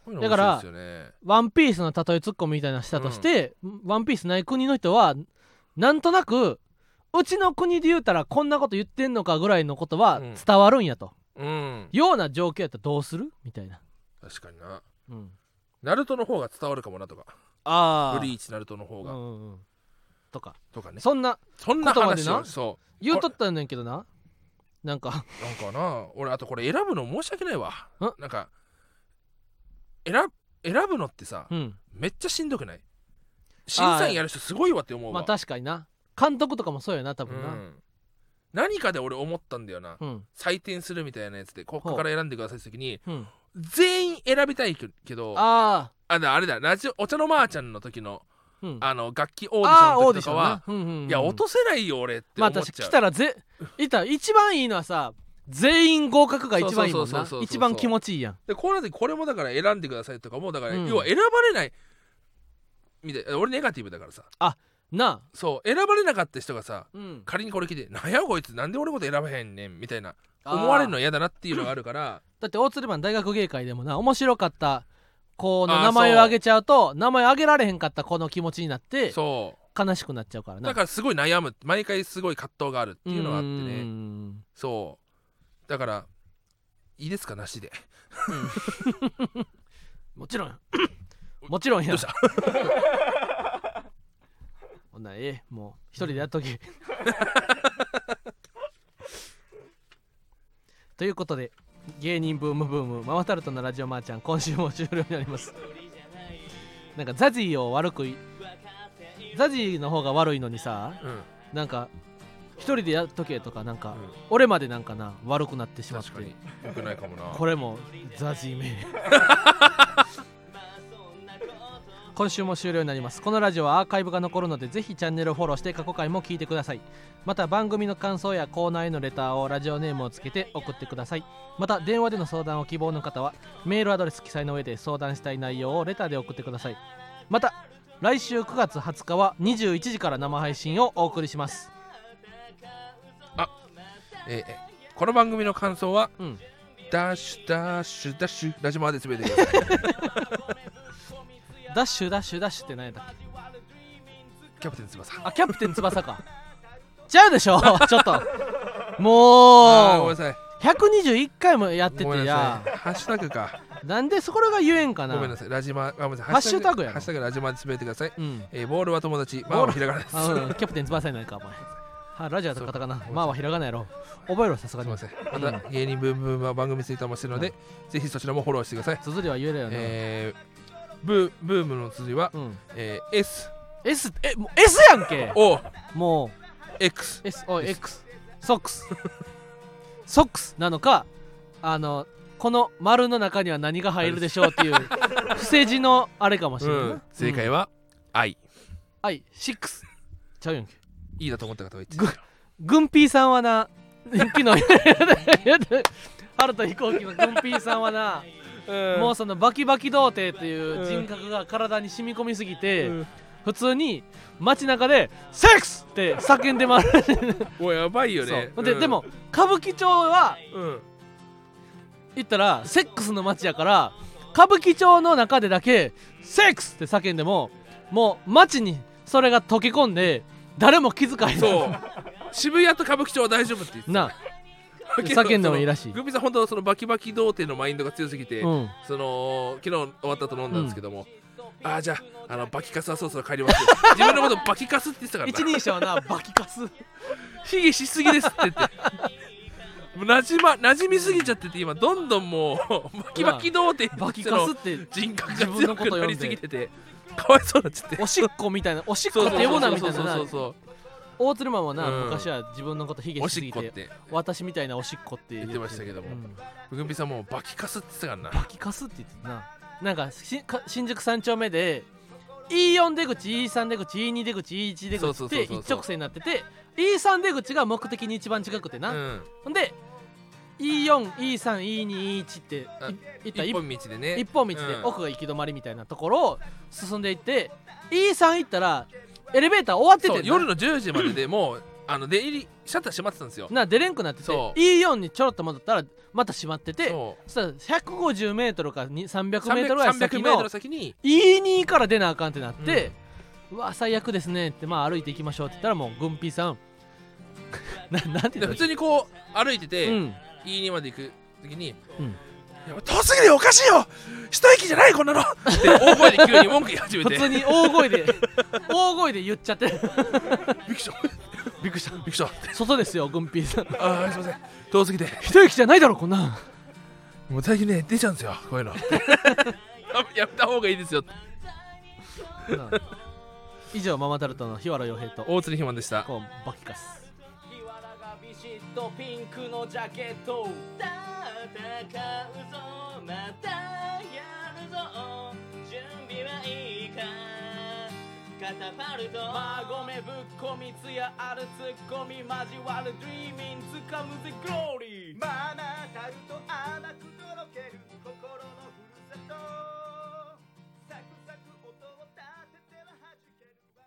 [SPEAKER 2] こういうの面白いですよね
[SPEAKER 1] 「ワンピースの例えツッコミみたいなのしたとして「ワンピースない国の人はなんとなくうちの国で言うたらこんなこと言ってんのかぐらいのことは
[SPEAKER 2] うん
[SPEAKER 1] 伝わるんやと、
[SPEAKER 2] うん
[SPEAKER 1] ような状況やったらどうするみたいな、
[SPEAKER 2] 確かにな
[SPEAKER 1] うん、
[SPEAKER 2] ナルトの方が伝わるかもなとか
[SPEAKER 1] あ
[SPEAKER 2] ブリーチナルトの方
[SPEAKER 1] う
[SPEAKER 2] が、
[SPEAKER 1] んうんうんとか
[SPEAKER 2] とかね
[SPEAKER 1] そんな
[SPEAKER 2] そんな
[SPEAKER 1] ことまで
[SPEAKER 2] 話
[SPEAKER 1] な
[SPEAKER 2] をそ
[SPEAKER 1] 言うとったんねんけどななん か
[SPEAKER 2] うなんかな俺あとこれ選ぶの申し訳ないわ
[SPEAKER 1] ん
[SPEAKER 2] なんか選選ぶのってさ
[SPEAKER 1] うん
[SPEAKER 2] めっちゃしんどくない審査員やる人すごいわって思う
[SPEAKER 1] まあ
[SPEAKER 2] わ、
[SPEAKER 1] 確かにな監督とかもそうやな多
[SPEAKER 2] う
[SPEAKER 1] 分な、
[SPEAKER 2] ん、何かで俺思ったんだよな
[SPEAKER 1] うん
[SPEAKER 2] 採点するみたいなやつでここから選んでくださいって時に
[SPEAKER 1] うん
[SPEAKER 2] 全員選びたいけどあ
[SPEAKER 1] あ
[SPEAKER 2] だあれだラジオお茶のまーちゃんの時の
[SPEAKER 1] ー、うん、
[SPEAKER 2] あの楽器オーディシ
[SPEAKER 1] あ
[SPEAKER 2] ョ
[SPEAKER 1] ー
[SPEAKER 2] ンの
[SPEAKER 1] オーディ
[SPEAKER 2] 時と
[SPEAKER 1] シ
[SPEAKER 2] か
[SPEAKER 1] ョン
[SPEAKER 2] は
[SPEAKER 1] な、うんうんうん
[SPEAKER 2] いや落とせないよ俺って
[SPEAKER 1] ま
[SPEAKER 2] 思
[SPEAKER 1] あ
[SPEAKER 2] っちゃ
[SPEAKER 1] 私
[SPEAKER 2] う、
[SPEAKER 1] 来たらぜいた一番いいのはさ全員合格が一番いいもん
[SPEAKER 2] そうそう
[SPEAKER 1] な
[SPEAKER 2] そうそうそう
[SPEAKER 1] 一番気持ちいいやん
[SPEAKER 2] でこうなってこれもだから選んでくださいとかもだから、
[SPEAKER 1] うん
[SPEAKER 2] 要は選ばれないみたい俺ネガティブだからさ
[SPEAKER 1] な
[SPEAKER 2] そう選ばれなかった人がさ
[SPEAKER 1] あ、うん、
[SPEAKER 2] 仮にこれ来て「なんやこいつなんで俺のこと選ばへんねん」みたいな
[SPEAKER 1] あー
[SPEAKER 2] 思われるの嫌だなっていうのがある から
[SPEAKER 1] だって大鶴マン大学芸会でもな面白かった子
[SPEAKER 2] あ
[SPEAKER 1] の
[SPEAKER 2] ー
[SPEAKER 1] 名前を
[SPEAKER 2] そう
[SPEAKER 1] 挙げちゃうと名前挙げられへんかった子の気持ちになって
[SPEAKER 2] そ
[SPEAKER 1] 悲しくなっちゃうから
[SPEAKER 2] う
[SPEAKER 1] な
[SPEAKER 2] だからすごい悩む毎回すごい葛藤があるっていうのがあって
[SPEAKER 1] うんうん
[SPEAKER 2] ね
[SPEAKER 1] うん
[SPEAKER 2] そうだからいいですかなしで
[SPEAKER 1] もちろんもちろんや
[SPEAKER 2] どうした
[SPEAKER 1] ほんならええもう一人でやっと けということで芸人ブームブームママタルトのラジオマーちゃん今週も終了になりますなんかザジーを悪くいザジーの方が悪いのにさ
[SPEAKER 2] うん
[SPEAKER 1] なんか一人でやっとけとかなんか、
[SPEAKER 2] うん
[SPEAKER 1] 俺までなんかな悪くなってしまって
[SPEAKER 2] 確かに良くないかもな
[SPEAKER 1] これもザジーめ今週も終了になりますこのラジオはアーカイブが残るのでぜひチャンネルをフォローして過去回も聞いてくださいまた番組の感想やコーナーへのレターをラジオネームをつけて送ってくださいまた電話での相談を希望の方はメールアドレス記載の上で相談したい内容をレターで送ってくださいまた来週9月20日は21時から生配信をお送りします
[SPEAKER 2] ええこの番組の感想は
[SPEAKER 1] うん
[SPEAKER 2] 「ダッシュダッシュダッシュラジマー」で全てく ださい
[SPEAKER 1] ダッシュダッシュダッシュって何やったっけ
[SPEAKER 2] キャプテン翼
[SPEAKER 1] あキャプテン翼かちゃうでし ょちょっと
[SPEAKER 2] あーご
[SPEAKER 1] も
[SPEAKER 2] めん
[SPEAKER 1] う
[SPEAKER 2] なさ
[SPEAKER 1] 121回もやって
[SPEAKER 2] いごめ
[SPEAKER 1] て
[SPEAKER 2] んな
[SPEAKER 1] や
[SPEAKER 2] さいハッシュタグか
[SPEAKER 1] なんでそこらが言えんかな
[SPEAKER 2] ごめんなさいラジマあごめんなさい
[SPEAKER 1] ハッシュタグやろ
[SPEAKER 2] ハッシュタグラジマでつぶやいてください
[SPEAKER 1] うん
[SPEAKER 2] えーボールは友達マンはひらがなです
[SPEAKER 1] あうんキャプテン翼やないかお前はラジオとカタカナまあはひらがなやろ覚えろさすが
[SPEAKER 2] すみ
[SPEAKER 1] に
[SPEAKER 2] ません。また芸人ブームブームは番組ツイッターもしてるので、ぜひそちらもフォローしてください。
[SPEAKER 1] 綴りは言えるよね
[SPEAKER 2] えー、ブーブームの綴りは、
[SPEAKER 1] うん
[SPEAKER 2] えー、S
[SPEAKER 1] S えもう S やんけ
[SPEAKER 2] O
[SPEAKER 1] も
[SPEAKER 2] X
[SPEAKER 1] う S おい X ソックスソックスなのかあのこの丸の中には何が入るでしょうっ ていう伏せ字のあれかもし
[SPEAKER 2] う
[SPEAKER 1] れないな、
[SPEAKER 2] ん。正解
[SPEAKER 1] は、
[SPEAKER 2] は I
[SPEAKER 1] はい6ちゃうやんけ
[SPEAKER 2] いいだと思った方は一。
[SPEAKER 1] ぐグンピーさんはな昨日春と飛行機のグンピーさんはなもうそのバキバキ童貞っていう人格が体に染み込みすぎて、
[SPEAKER 2] うん
[SPEAKER 1] 普通に街中で「セックス!」って叫んで回る
[SPEAKER 2] もうやばいよね。
[SPEAKER 1] そうで,、
[SPEAKER 2] うん
[SPEAKER 1] でも、歌舞伎町は
[SPEAKER 2] うん。
[SPEAKER 1] 言ったらセックスの街やから歌舞伎町の中でだけ「セックス!」って叫んでももう街にそれが溶け込んで誰も気遣いない
[SPEAKER 2] そう。 渋谷と歌舞伎町は大丈夫って言ってた。
[SPEAKER 1] な
[SPEAKER 2] だけど
[SPEAKER 1] 叫んでもいいらしい
[SPEAKER 2] そのグビさん本当はそのバキバキ童貞のマインドが強すぎて、
[SPEAKER 1] うん
[SPEAKER 2] その昨日終わったと飲んだんですけども、ああじゃああのバキカスはそろそろ帰 りますよ自分のことバキカスって言ってたから
[SPEAKER 1] 一
[SPEAKER 2] な
[SPEAKER 1] 人称なバキカス
[SPEAKER 2] 卑下しすぎですって言ってもうなじま馴染みすぎちゃってて今どんどんもうバキバキ童貞
[SPEAKER 1] バキ
[SPEAKER 2] の
[SPEAKER 1] カスって
[SPEAKER 2] 人格
[SPEAKER 1] 自
[SPEAKER 2] が
[SPEAKER 1] 分のこと
[SPEAKER 2] 強く
[SPEAKER 1] 読
[SPEAKER 2] なん
[SPEAKER 1] で
[SPEAKER 2] りすぎててかわいそうになっちゃって
[SPEAKER 1] おしっこみたいなおしっこ
[SPEAKER 2] そう
[SPEAKER 1] っ
[SPEAKER 2] そう
[SPEAKER 1] て呼ぶなみ
[SPEAKER 2] そ
[SPEAKER 1] た
[SPEAKER 2] う
[SPEAKER 1] いな
[SPEAKER 2] そう
[SPEAKER 1] な
[SPEAKER 2] そうそ
[SPEAKER 1] 大鶴マンはな、
[SPEAKER 2] うん
[SPEAKER 1] 昔は自分のこと卑
[SPEAKER 2] う
[SPEAKER 1] 下
[SPEAKER 2] お
[SPEAKER 1] し
[SPEAKER 2] し
[SPEAKER 1] すぎ
[SPEAKER 2] っこってて
[SPEAKER 1] 私みたいなおしっこって言
[SPEAKER 2] 言ってましたけども
[SPEAKER 1] うん
[SPEAKER 2] ぐんぴさんもうバキカスって言ってたからな
[SPEAKER 1] バキカスって言ってたななんかしか新宿三丁目で E4 出口 E3 出口 E2 出口 E1 出
[SPEAKER 2] そう
[SPEAKER 1] 口
[SPEAKER 2] そう
[SPEAKER 1] っ
[SPEAKER 2] そう
[SPEAKER 1] て
[SPEAKER 2] そう
[SPEAKER 1] 一直線になってて E3 出口が目的に一番近くてな、
[SPEAKER 2] うん
[SPEAKER 1] ほんで E4E3E2E1 ってい
[SPEAKER 2] あ
[SPEAKER 1] いった
[SPEAKER 2] 一
[SPEAKER 1] 一
[SPEAKER 2] 本道でね
[SPEAKER 1] 一本道で
[SPEAKER 2] うん
[SPEAKER 1] 奥が行き止まりみたいなところを進んでいって E3 行ったらエレベーター終わって
[SPEAKER 2] そう
[SPEAKER 1] て
[SPEAKER 2] 夜の10時まででもうあの出入りシャッター閉まってたんですよ
[SPEAKER 1] な出れんくなってて
[SPEAKER 2] そう
[SPEAKER 1] E4 にちょろっと戻ったらまた閉まってて
[SPEAKER 2] そう
[SPEAKER 1] そしたら150メートルかに300メートルぐらい先
[SPEAKER 2] 300メート
[SPEAKER 1] の
[SPEAKER 2] ル先に
[SPEAKER 1] E2 から出なあかんってなって、うわ最悪ですねってまあ歩いていきましょうって言ったらもうグンピーさん ななんて言
[SPEAKER 2] で普
[SPEAKER 1] った
[SPEAKER 2] 通にこう歩いて
[SPEAKER 1] う
[SPEAKER 2] て
[SPEAKER 1] ん
[SPEAKER 2] E2 まで行く時に
[SPEAKER 1] うん
[SPEAKER 2] いや遠すぎるよおかしいよ一息じゃないこんなのって大声で急に文句言い始め
[SPEAKER 1] 普
[SPEAKER 2] て
[SPEAKER 1] 通に大声で大声で言っちゃって
[SPEAKER 2] びっくりしたびっくりしたびっくりしたって
[SPEAKER 1] 外ですよグンピーさん
[SPEAKER 2] ああすいません遠すぎて
[SPEAKER 1] 一息じゃないだろこんなん
[SPEAKER 2] もう最近ね出ちゃうんですよこういう のやめた方がいいですよ
[SPEAKER 1] なあ以上ママタルトの日原洋平と
[SPEAKER 2] 大鶴ひまんでした
[SPEAKER 1] こうバキカス
[SPEAKER 3] 日原がビシッとピンクのジャケット戦うぞまたやるぞ準備はいいかカタパルト馬込めぶっこみ艶あるツッコミ交わるドリーミング掴むぜグローリー
[SPEAKER 4] ママタルトあ